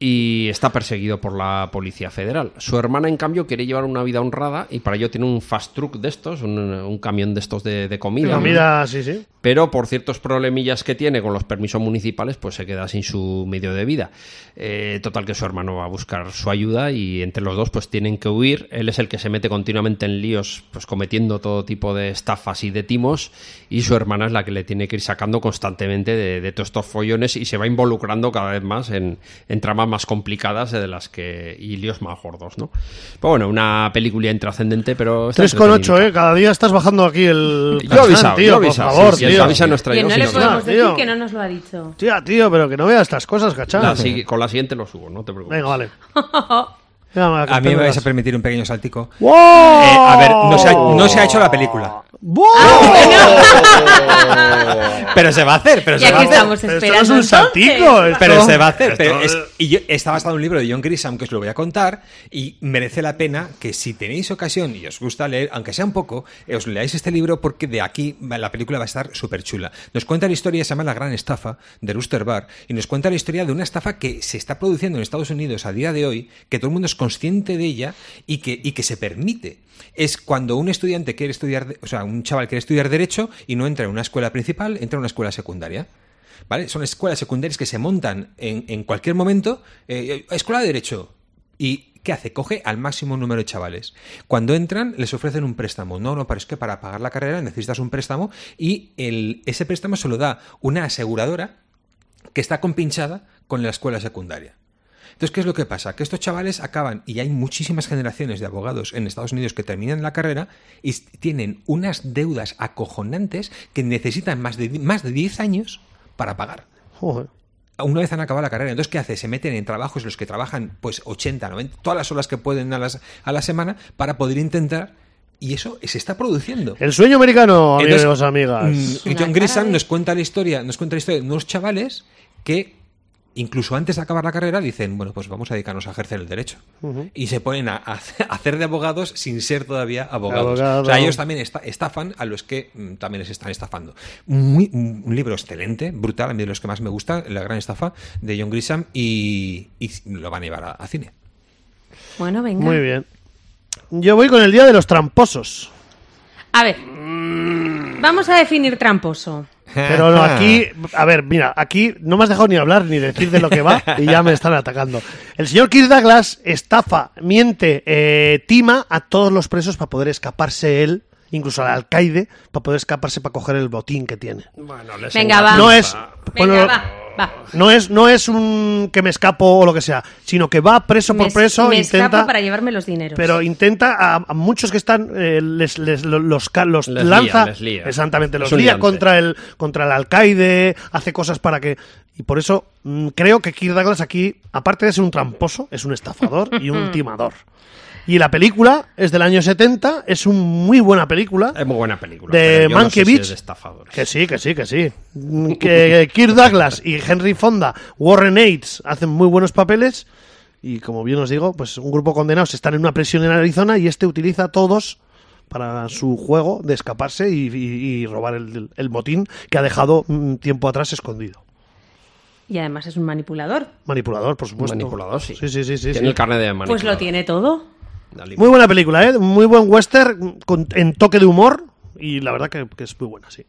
Speaker 4: y está perseguido por la policía federal. Su hermana, en cambio, quiere llevar una vida honrada y para ello tiene un fast truck de estos, un, un camión de estos de, de comida.
Speaker 1: La mira, sí, sí.
Speaker 4: Pero por ciertos problemillas que tiene con los permisos municipales, pues se queda sin su medio de vida. Eh, total que su hermano va a buscar su ayuda y entre los dos pues tienen que huir. Él es el que se mete continuamente en líos, pues cometiendo todo tipo de estafas y de timos. Y su hermana es la que le tiene que ir sacando constantemente de, de todos estos follones y se va involucrando cada vez más en, en tramas más complicadas de las que y líos más gordos, ¿no? Pero bueno, una película intrascendente, pero... está
Speaker 1: 3,8,
Speaker 4: entretenida.
Speaker 1: eh. Cada día estás bajando aquí el.
Speaker 4: Yo he avisado,
Speaker 1: Cachán, tío,
Speaker 4: yo he
Speaker 1: por
Speaker 4: avisado.
Speaker 1: favor,
Speaker 4: sí, sí,
Speaker 1: tío.
Speaker 4: avisa a nuestra
Speaker 2: Oye, no
Speaker 4: Dios y
Speaker 2: le
Speaker 4: nos-
Speaker 2: podemos
Speaker 1: va,
Speaker 2: decir
Speaker 1: tío.
Speaker 2: que no nos lo ha dicho.
Speaker 1: Tía, tío, pero que no veas estas cosas, Cachán.
Speaker 4: La sigui- con la siguiente lo subo, no te preocupes.
Speaker 1: Ah, Venga, vale. Venga, va,
Speaker 3: A mí me vais a
Speaker 1: Cachán,
Speaker 3: permitir un pequeño saltico.
Speaker 1: ¡Wow!
Speaker 3: Eh, a ver, no se, ha, no se ha hecho la película.
Speaker 1: ¡Wow!
Speaker 2: Ah,
Speaker 3: Pero se va a hacer, pero se
Speaker 2: Ya
Speaker 3: va a
Speaker 2: que
Speaker 3: hacer.
Speaker 2: estamos
Speaker 1: Pero
Speaker 2: esperando.
Speaker 1: esto no es un
Speaker 2: entonces.
Speaker 1: saltico. esto-
Speaker 3: Pero se va a hacer.
Speaker 1: esto-
Speaker 3: pero es- y yo, está basado en un libro de John Grisham que os lo voy a contar y merece la pena que si tenéis ocasión y os gusta leer, aunque sea un poco, eh, os leáis este libro porque de aquí va- la película va a estar súper chula. Nos cuenta la historia, se llama La Gran Estafa de Rooster Bar y nos cuenta la historia de una estafa que se está produciendo en Estados Unidos a día de hoy, que todo el mundo es consciente de ella y que, y que se permite. Es cuando un estudiante quiere estudiar, de- o sea, un chaval quiere estudiar derecho y no entra en una escuela principal, entra en una escuela secundaria. ¿vale? Son escuelas secundarias que se montan en, en cualquier momento. eh, eh, escuela de Derecho. ¿Y qué hace? Coge al máximo número de chavales. Cuando entran, les ofrecen un préstamo. No, no, pero es que para pagar la carrera necesitas un préstamo y el- ese préstamo se lo da una aseguradora que está compinchada con la escuela secundaria. Entonces, ¿qué es lo que pasa? Que estos chavales acaban, y hay muchísimas generaciones de abogados en Estados Unidos que terminan la carrera y s- tienen unas deudas acojonantes que necesitan más de, di- más de 10 años para pagar.
Speaker 1: Joder.
Speaker 3: Una vez han acabado la carrera, entonces, ¿qué hace? Se meten en trabajos en los que trabajan pues 80, 90, todas las horas que pueden a, las- a la semana para poder intentar, y eso se está produciendo.
Speaker 1: El sueño americano, amigos,
Speaker 3: Entonces,
Speaker 1: amigas.
Speaker 3: mm,
Speaker 2: Una
Speaker 3: John
Speaker 2: cara
Speaker 3: Grisham
Speaker 2: de-
Speaker 3: nos cuenta la historia, nos cuenta la historia de unos chavales que incluso antes de acabar la carrera dicen, bueno, pues vamos a dedicarnos a ejercer el derecho. Y se ponen a, a hacer- a hacer de abogados sin ser todavía abogados.
Speaker 1: Abogado.
Speaker 3: O sea, ellos también esta- estafan a los que mm, también les están estafando. Muy, un un libro excelente, brutal, a mí de los que más me gusta, La gran estafa, de John Grisham, y, y lo van a llevar a, a cine.
Speaker 2: Bueno,
Speaker 3: mm,
Speaker 2: venga.
Speaker 1: ¿eh? Muy bien. Yo voy con el día de los tramposos.
Speaker 2: A ver. Vamos a definir tramposo.
Speaker 1: Pero no, aquí, a ver, mira, aquí no me has dejado ni hablar ni decir de lo que va y ya me están atacando. El señor Kirk Douglas estafa, miente, eh, tima a todos los presos para poder escaparse él, incluso al alcaide, para poder escaparse para coger el botín que tiene.
Speaker 4: Bueno, les
Speaker 2: Venga, va.
Speaker 4: engaña.
Speaker 1: No es. pues,
Speaker 2: Venga,
Speaker 1: bueno,
Speaker 2: va, va.
Speaker 1: No es, no es un que me escapo o lo que sea, sino que va preso
Speaker 2: Me
Speaker 1: por
Speaker 2: es-
Speaker 1: preso,
Speaker 2: me
Speaker 1: intenta.
Speaker 2: escapo para llevarme los dineros.
Speaker 1: Pero intenta a, a muchos que están, eh, les, les- lo- los, ca- los
Speaker 4: Les
Speaker 1: lanza,
Speaker 4: lía, les lía.
Speaker 1: exactamente,
Speaker 4: Es
Speaker 1: los
Speaker 4: un
Speaker 1: lía
Speaker 4: liante.
Speaker 1: contra el, contra el alcaide, hace cosas para que... Y por eso mm, creo que Kirk Douglas aquí, aparte de ser un tramposo, es un estafador y un timador. Y la película es del año 70, es una muy buena película.
Speaker 4: Es muy buena película.
Speaker 1: De
Speaker 4: pero yo no sé si
Speaker 1: Mankiewicz.
Speaker 4: es de estafadores.
Speaker 1: Que sí, que sí, que sí. Mm, Que Kirk Douglas y Henry Fonda, Warren Aids, hacen muy buenos papeles. Y como bien os digo, pues un grupo de condenados están en una prisión en Arizona y este utiliza a todos para su juego de escaparse y, y- y robar el, el botín que ha dejado mm, tiempo atrás escondido.
Speaker 2: Y además es un manipulador.
Speaker 1: Manipulador, por
Speaker 4: Un
Speaker 1: supuesto.
Speaker 4: manipulador, sí.
Speaker 1: Sí, sí, sí. sí,
Speaker 4: Tiene
Speaker 1: sí.
Speaker 4: el carnet de manipulador.
Speaker 2: Pues lo tiene todo.
Speaker 4: Dale.
Speaker 1: Muy buena película, ¿eh? Muy buen western con- en toque de humor y la verdad que, que es muy buena, sí.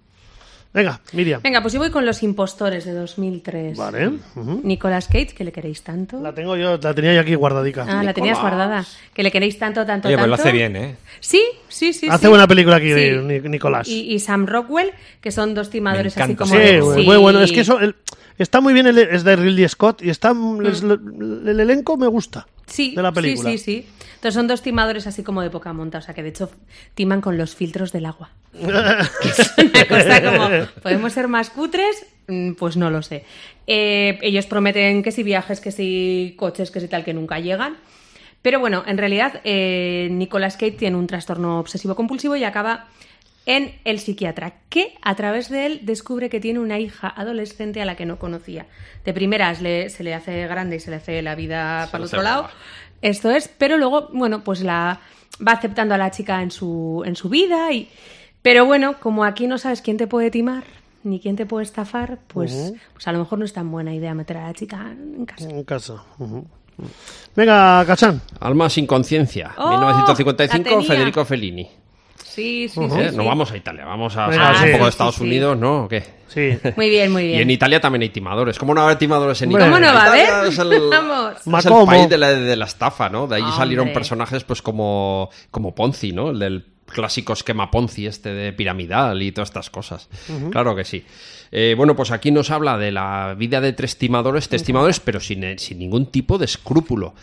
Speaker 1: Venga, Miriam.
Speaker 2: Venga, pues yo voy con Los impostores de 2003.
Speaker 1: Vale. ujú.
Speaker 2: Nicolas Cage, que le queréis tanto.
Speaker 1: La tengo yo, la tenía yo aquí guardadica.
Speaker 2: Ah, la tenías guardada. Que le queréis tanto, tanto,
Speaker 3: Oye, pues lo
Speaker 2: tanto.
Speaker 3: hace bien, ¿eh?
Speaker 2: Sí, sí, sí.
Speaker 1: Hace
Speaker 2: sí.
Speaker 1: buena película aquí, eh,
Speaker 2: Sí.
Speaker 1: Ni- Nicolás.
Speaker 2: Y, y Sam Rockwell, que son dos timadores
Speaker 3: Me
Speaker 2: así
Speaker 3: encanta.
Speaker 2: como.
Speaker 1: sí,
Speaker 2: de-
Speaker 1: muy
Speaker 2: Sí.
Speaker 1: bueno. Es que eso, el- está muy bien, el, es de Ridley Scott y está les- el, el elenco me gusta
Speaker 2: Mm. Sí,
Speaker 1: de la película.
Speaker 2: sí, sí, sí. Entonces son dos timadores así como de poca monta, o sea que de hecho timan con los filtros del agua. Que es una cosa como, ¿podemos ser más cutres? Mm, Pues no lo sé. Eh, ellos prometen que si viajes, que si coches, que si tal, que nunca llegan. Pero bueno, en realidad eh, Nicolas Cage tiene un trastorno obsesivo-compulsivo y acaba en el psiquiatra, que a través de él descubre que tiene una hija adolescente a la que no conocía. De primeras le- se le hace grande y se le hace la vida para el
Speaker 4: hace
Speaker 2: otro lado.
Speaker 4: bola.
Speaker 2: Esto es, pero luego, bueno, pues la va aceptando a la chica en su, en su vida y... Pero bueno, como aquí no sabes quién te puede timar ni quién te puede estafar, pues, pues a lo mejor no es tan buena idea meter a la chica en casa.
Speaker 1: En casa. ujú. Venga, Cachán.
Speaker 4: Alma sin conciencia.
Speaker 2: Oh, la
Speaker 4: 1955,
Speaker 2: tenía.
Speaker 4: Federico Fellini.
Speaker 2: Sí, sí,
Speaker 4: ¿Eh?
Speaker 2: sí,
Speaker 4: No
Speaker 2: sí.
Speaker 4: vamos a Italia, vamos a
Speaker 1: Venga,
Speaker 4: sacar
Speaker 1: sí.
Speaker 4: un poco
Speaker 1: Sí,
Speaker 4: de Estados
Speaker 2: sí, sí.
Speaker 4: Unidos, ¿no? ¿O qué?
Speaker 1: Sí.
Speaker 2: Muy bien, muy bien.
Speaker 4: Y en Italia también hay timadores. ¿Cómo no habrá timadores en
Speaker 1: Hombre.
Speaker 4: Italia?
Speaker 1: ¿Cómo no
Speaker 2: va a haber?
Speaker 4: Italia Es el,
Speaker 2: Vamos.
Speaker 4: es el
Speaker 1: Macomo.
Speaker 4: país de la, de la estafa, ¿no? De ahí
Speaker 2: Hombre.
Speaker 4: salieron personajes pues como, como Ponzi, ¿no? El del clásico esquema Ponzi este de piramidal y todas estas cosas. Claro que sí. Eh, bueno, pues aquí nos habla de la vida de tres timadores, tres timadores, pero sin, eh, sin ningún tipo de escrúpulo.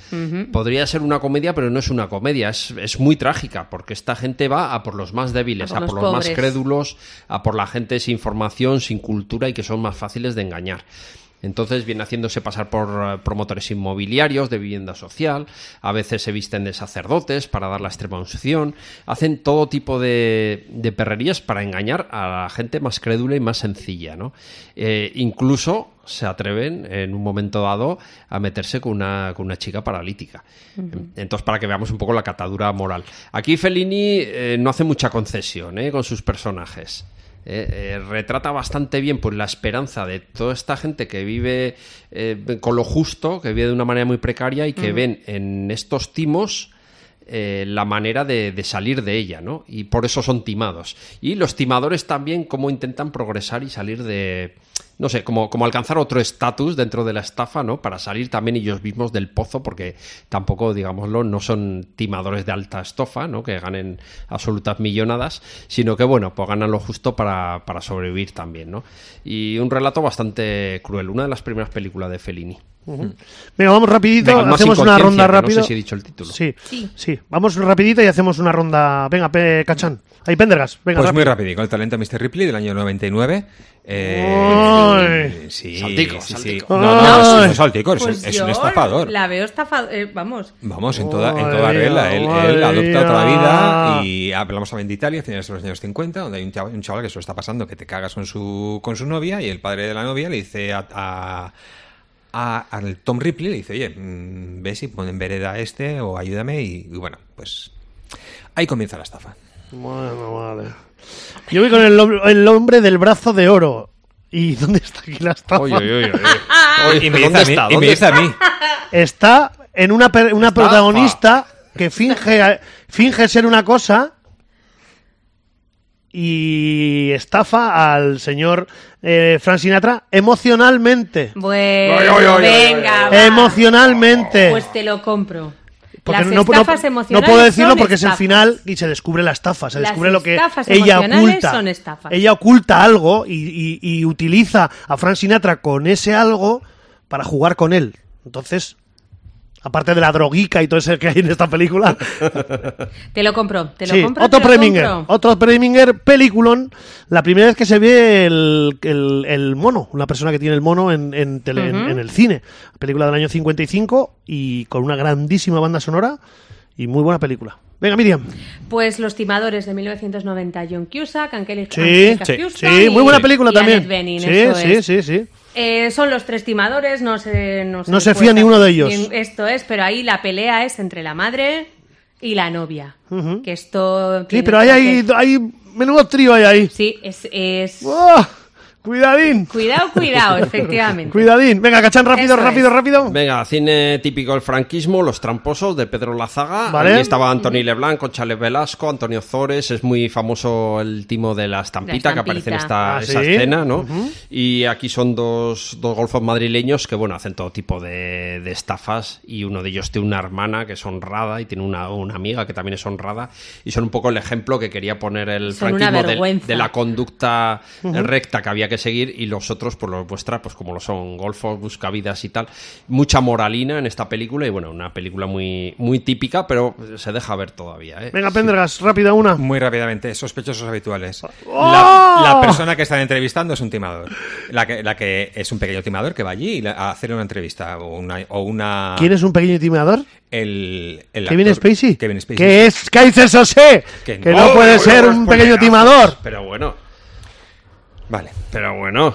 Speaker 4: Podría ser una comedia, pero no es una comedia. Es, es muy trágica, porque esta gente va a por los más débiles,
Speaker 2: A
Speaker 4: a
Speaker 2: por
Speaker 4: por
Speaker 2: los
Speaker 4: los más
Speaker 2: pobres.
Speaker 4: crédulos crédulos, a por la gente sin formación, sin cultura y que son más fáciles de engañar. Entonces viene haciéndose pasar por eh, promotores inmobiliarios de vivienda social, a veces se visten de sacerdotes para dar la extrema unción, hacen todo tipo de, de perrerías para engañar a la gente más crédula y más sencilla. ¿no? Eh, incluso se atreven en un momento dado a meterse con una, con una chica paralítica. Entonces, para que veamos un poco la catadura moral. Aquí Fellini eh, no hace mucha concesión ¿eh? con sus personajes. Eh, eh, retrata bastante bien pues, la esperanza de toda esta gente que vive eh, con lo justo, que vive de una manera muy precaria y que ven en estos timos eh, la manera de, de salir de ella, ¿no? Y por eso son timados. Y los timadores también, cómo intentan progresar y salir de. No sé, como, como alcanzar otro estatus dentro de la estafa, ¿no? Para salir también ellos mismos del pozo, porque tampoco, digámoslo, no son timadores de alta estofa, ¿no? Que ganen absolutas millonadas, sino que, bueno, pues ganan lo justo para, para sobrevivir también, ¿no? Y un relato bastante cruel, una de las primeras películas de Fellini.
Speaker 1: Venga, vamos rapidito,
Speaker 4: Venga, más
Speaker 1: hacemos una ronda
Speaker 4: inconsciencia, que no sé
Speaker 1: rápido.
Speaker 4: si he dicho el título.
Speaker 1: Sí, sí,
Speaker 2: Sí.
Speaker 1: Vamos rapidito y hacemos una ronda. Venga, pe- Cachán. Ahí, Pendergas. Venga,
Speaker 3: Pues muy
Speaker 1: rápido.
Speaker 3: rápido, con el talento de Mr. Ripley del año 99.
Speaker 1: Ay.
Speaker 3: Eh, sí,
Speaker 4: Saltico,
Speaker 3: sí, sí.
Speaker 4: saltico.
Speaker 3: No, no, es-
Speaker 1: Ay.
Speaker 3: no es saltico, es,
Speaker 2: Pues
Speaker 3: un, es
Speaker 2: yo
Speaker 3: un estafador.
Speaker 2: La veo estafador. vamos.
Speaker 3: Vamos, en toda, en
Speaker 1: Madre
Speaker 3: toda
Speaker 1: mía,
Speaker 3: regla. Él,
Speaker 1: madre
Speaker 3: él adopta otra
Speaker 1: mía.
Speaker 3: vida y hablamos también de Italia, a finales de los años 50, donde hay un chaval, un chaval que se lo está pasando, que te cagas con su, con su novia y el padre de la novia le dice a, a, a- al Tom Ripley y le dice, oye, mm, ve si ponen vereda a este o ayúdame. Y, y bueno, pues ahí comienza la estafa.
Speaker 1: Bueno, vale. Yo voy con el, hom- el hombre del brazo de oro. ¿Y dónde está aquí la estafa?
Speaker 4: Oye, oye, oye.
Speaker 3: Y me dice a mí-
Speaker 4: está?
Speaker 3: y me
Speaker 4: ¿Dónde
Speaker 3: dice a mí.
Speaker 1: Está en una, per- una protagonista que finge, finge ser una cosa y estafa al señor eh, Frank Sinatra emocionalmente.
Speaker 2: Bueno,
Speaker 3: Oye, oye, oye, oye,
Speaker 2: venga. va.
Speaker 1: Emocionalmente.
Speaker 2: Pues te lo compro.
Speaker 1: Porque
Speaker 2: Las
Speaker 1: no, no- no-
Speaker 2: estafas
Speaker 1: no
Speaker 2: emocionales
Speaker 1: puedo decirlo
Speaker 2: son
Speaker 1: porque es el
Speaker 2: estafas.
Speaker 1: final y se descubre la estafa, se
Speaker 2: Las
Speaker 1: descubre lo que
Speaker 2: estafas
Speaker 1: ella
Speaker 2: emocionales
Speaker 1: oculta.
Speaker 2: son estafas.
Speaker 1: Ella oculta algo y, y- y utiliza a Frank Sinatra con ese algo para jugar con él. Entonces, aparte de la droguica y todo eso que hay en esta película,
Speaker 2: Te lo compro, te lo
Speaker 1: sí,
Speaker 2: compro.
Speaker 1: Otto
Speaker 2: te lo
Speaker 1: Preminger,
Speaker 2: compro.
Speaker 1: Otto Preminger, peliculón. La primera vez que se ve el, el- el mono, una persona que tiene el mono en, en tele- en- en el cine. Película del año 55 y con una grandísima banda sonora y muy buena película. Venga, Miriam.
Speaker 2: Pues Los Timadores de 1990, John Cusack, Angelica,
Speaker 1: Sí,
Speaker 2: Angelica
Speaker 1: sí,
Speaker 2: Houston
Speaker 1: sí,
Speaker 2: y-
Speaker 1: muy buena película
Speaker 2: y
Speaker 1: también.
Speaker 2: Annette Bening,
Speaker 1: sí,
Speaker 2: eso
Speaker 1: sí,
Speaker 2: es.
Speaker 1: sí, sí.
Speaker 2: Eh, son los tres timadores, no se, no
Speaker 1: No se
Speaker 2: puede
Speaker 1: fía
Speaker 2: saber
Speaker 1: ninguno de ellos.
Speaker 2: quién- Esto es, pero ahí la pelea es entre la madre y la novia.
Speaker 1: Ujú.
Speaker 2: Que esto.
Speaker 1: Sí,
Speaker 2: tiene
Speaker 1: pero ahí
Speaker 2: toque.
Speaker 1: hay, hay menudo trío hay ahí.
Speaker 2: Sí, es. es-
Speaker 1: ¡Buah! Cuidadín,
Speaker 2: Cuidado, cuidado, efectivamente.
Speaker 1: cuidadín. Venga, cachán, rápido,
Speaker 2: Eso es.
Speaker 1: rápido, rápido.
Speaker 4: Venga, cine típico del franquismo, Los tramposos de Pedro Lazaga.
Speaker 1: Vale.
Speaker 4: Ahí estaba Anthony Leblanc, con Charles Velasco, Antonio Zores. Es muy famoso el timo de la estampita,
Speaker 2: La
Speaker 4: que aparece en esta
Speaker 1: estampita.
Speaker 4: esa
Speaker 1: Ah, ¿sí?
Speaker 4: escena, ¿no? Y aquí son dos, dos golfos madrileños que, bueno, hacen todo tipo de, de estafas. Y uno de ellos tiene una hermana que es honrada y tiene una, una amiga que también es honrada. Y son un poco el ejemplo que quería poner el
Speaker 2: Son una
Speaker 4: franquismo de,
Speaker 2: vergüenza.
Speaker 4: de la conducta eh, recta que había que seguir y los otros por los vuestra pues como lo son golfos buscavidas y tal mucha moralina en esta película y bueno una película muy muy típica pero se deja ver todavía ¿eh?
Speaker 1: Venga, Pendergas, rápida una.
Speaker 3: Muy rápidamente, sospechosos habituales.
Speaker 1: ¡Oh!
Speaker 3: La, la persona que están entrevistando es un timador. La que, la que es un pequeño timador que va allí y la- a hacerle una entrevista o una. O una
Speaker 1: ¿Quién es un pequeño intimidador?
Speaker 3: El, el
Speaker 1: Kevin
Speaker 3: actor-
Speaker 1: Spacey.
Speaker 3: Kevin Spacey.
Speaker 1: Que es Kaiser Sosé. Que,
Speaker 3: Que
Speaker 1: no
Speaker 3: no.
Speaker 1: puede
Speaker 4: Uy,
Speaker 1: ser
Speaker 4: unos
Speaker 1: un pequeño
Speaker 4: puñetazos,
Speaker 1: timador.
Speaker 4: pues pero bueno
Speaker 3: Vale.
Speaker 4: pero bueno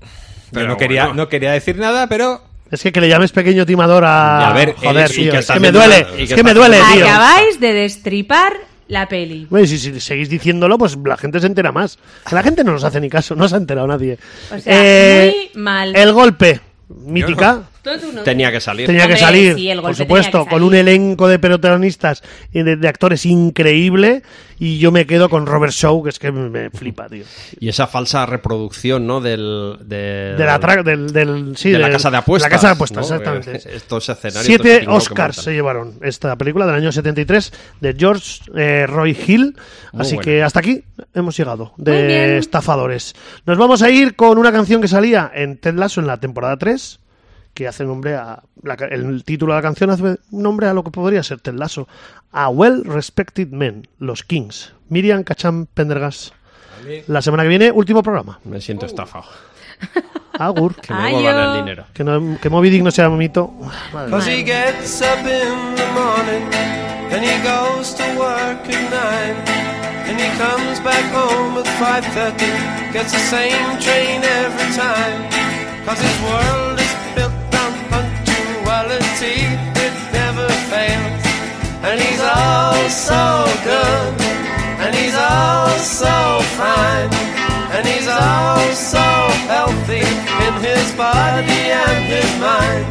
Speaker 3: Pero
Speaker 4: Pero
Speaker 3: no, quería,
Speaker 4: bueno.
Speaker 3: no quería decir nada, pero.
Speaker 1: Es que que le llames pequeño timador a.
Speaker 3: Y a ver, él
Speaker 1: joder,
Speaker 3: es un
Speaker 1: tío, es que
Speaker 3: que está
Speaker 1: me
Speaker 3: haciendo
Speaker 1: duele.
Speaker 3: nada.
Speaker 4: Y
Speaker 1: Es
Speaker 4: que
Speaker 1: que me
Speaker 4: está
Speaker 1: duele,
Speaker 4: haciendo
Speaker 1: tío.
Speaker 4: nada.
Speaker 2: Acabáis de destripar la peli.
Speaker 1: Bueno, y si, si seguís diciéndolo, pues la gente se entera más. La gente no nos hace ni caso, no se ha enterado nadie. Eh,
Speaker 2: O sea, muy mal.
Speaker 1: El golpe, mítica.
Speaker 2: Tú, tú no.
Speaker 4: tenía que salir
Speaker 1: Tenía que
Speaker 2: Hombre,
Speaker 1: salir,
Speaker 2: sí, el
Speaker 1: por
Speaker 2: golpe
Speaker 1: supuesto,
Speaker 2: tenía que
Speaker 1: con
Speaker 2: salir.
Speaker 1: un elenco de protagonistas y de, de actores increíble. Y yo me quedo con Robert Shaw, que es que me, me flipa, tío.
Speaker 4: y esa falsa reproducción no del, del-
Speaker 1: De la, tra- del, del- sí,
Speaker 4: de la
Speaker 1: del-
Speaker 4: casa de apuestas
Speaker 1: La casa de apuestas,
Speaker 4: ¿no?
Speaker 1: exactamente.
Speaker 4: estos escenarios estos
Speaker 1: Siete
Speaker 4: pingüinos que
Speaker 1: Oscars
Speaker 4: montan.
Speaker 1: se llevaron esta película del año 73 de George eh, Roy Hill.
Speaker 4: Muy
Speaker 1: Así
Speaker 4: buena.
Speaker 1: que hasta aquí hemos llegado
Speaker 2: Muy bien.
Speaker 1: de estafadores. Nos vamos a ir con una canción que salía en Ted Lasso en la temporada 3 que hace nombre a la ca- el título de la canción hace nombre a lo que podría ser Ted Lasso a Well Respected Men los Kings Miriam Cacham Pendergas la semana que viene último programa
Speaker 4: me siento estafado
Speaker 1: Agur
Speaker 4: que me
Speaker 2: Ay,
Speaker 4: devuelvan
Speaker 2: yo.
Speaker 4: el dinero
Speaker 1: que, no, que Moby Dick no sea mito Madre mía.
Speaker 8: Cause he gets up in the morning and he goes to work at nine. And he comes back home at 5.30, gets the same train every time. Cause his world is built on punctuality, it never fails. And he's all so good, and he's all so fine. And he's all so healthy in his body and his mind.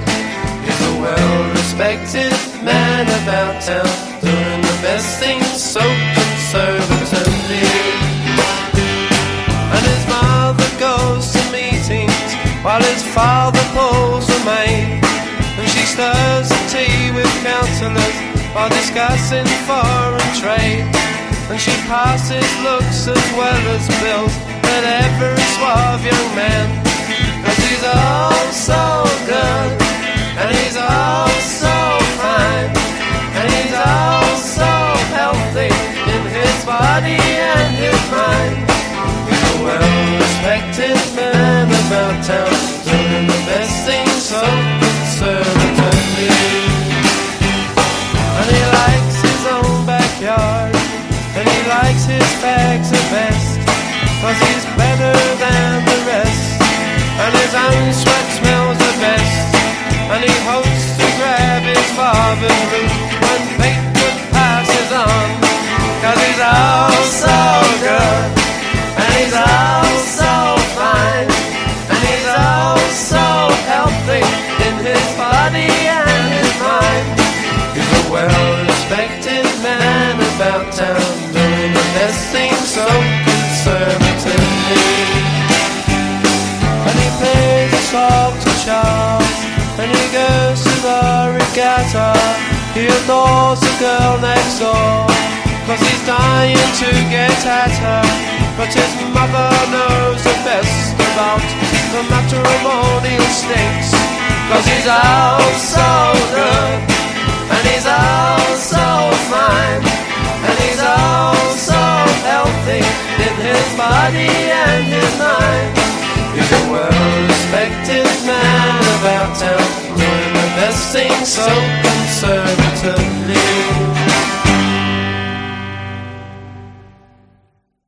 Speaker 8: He's a well-respected man about town, doing the best things so conservatively. And his mother goes to meetings while his father pulls a maid. And she stirs the tea with councillors while discussing foreign trade. And she passes looks as well as bills at every suave young man. Cause he's all so good, and he's all so fine, and he's all so healthy in his body and his mind. He's a well-respected man about town, doing the best things so conservatively. And he likes his own backyard. And he likes his bags of best. Cause he's better than the rest. And his own sweat smells the best. scatter. He adores the girl next door. Cause he's dying to get at her. But his mother knows the best about the matrimonial snakes. Cause he's out so good. And he's out so fine. And he's out so healthy in his body and his mind. He's a well respected man about town, doing the best thing so can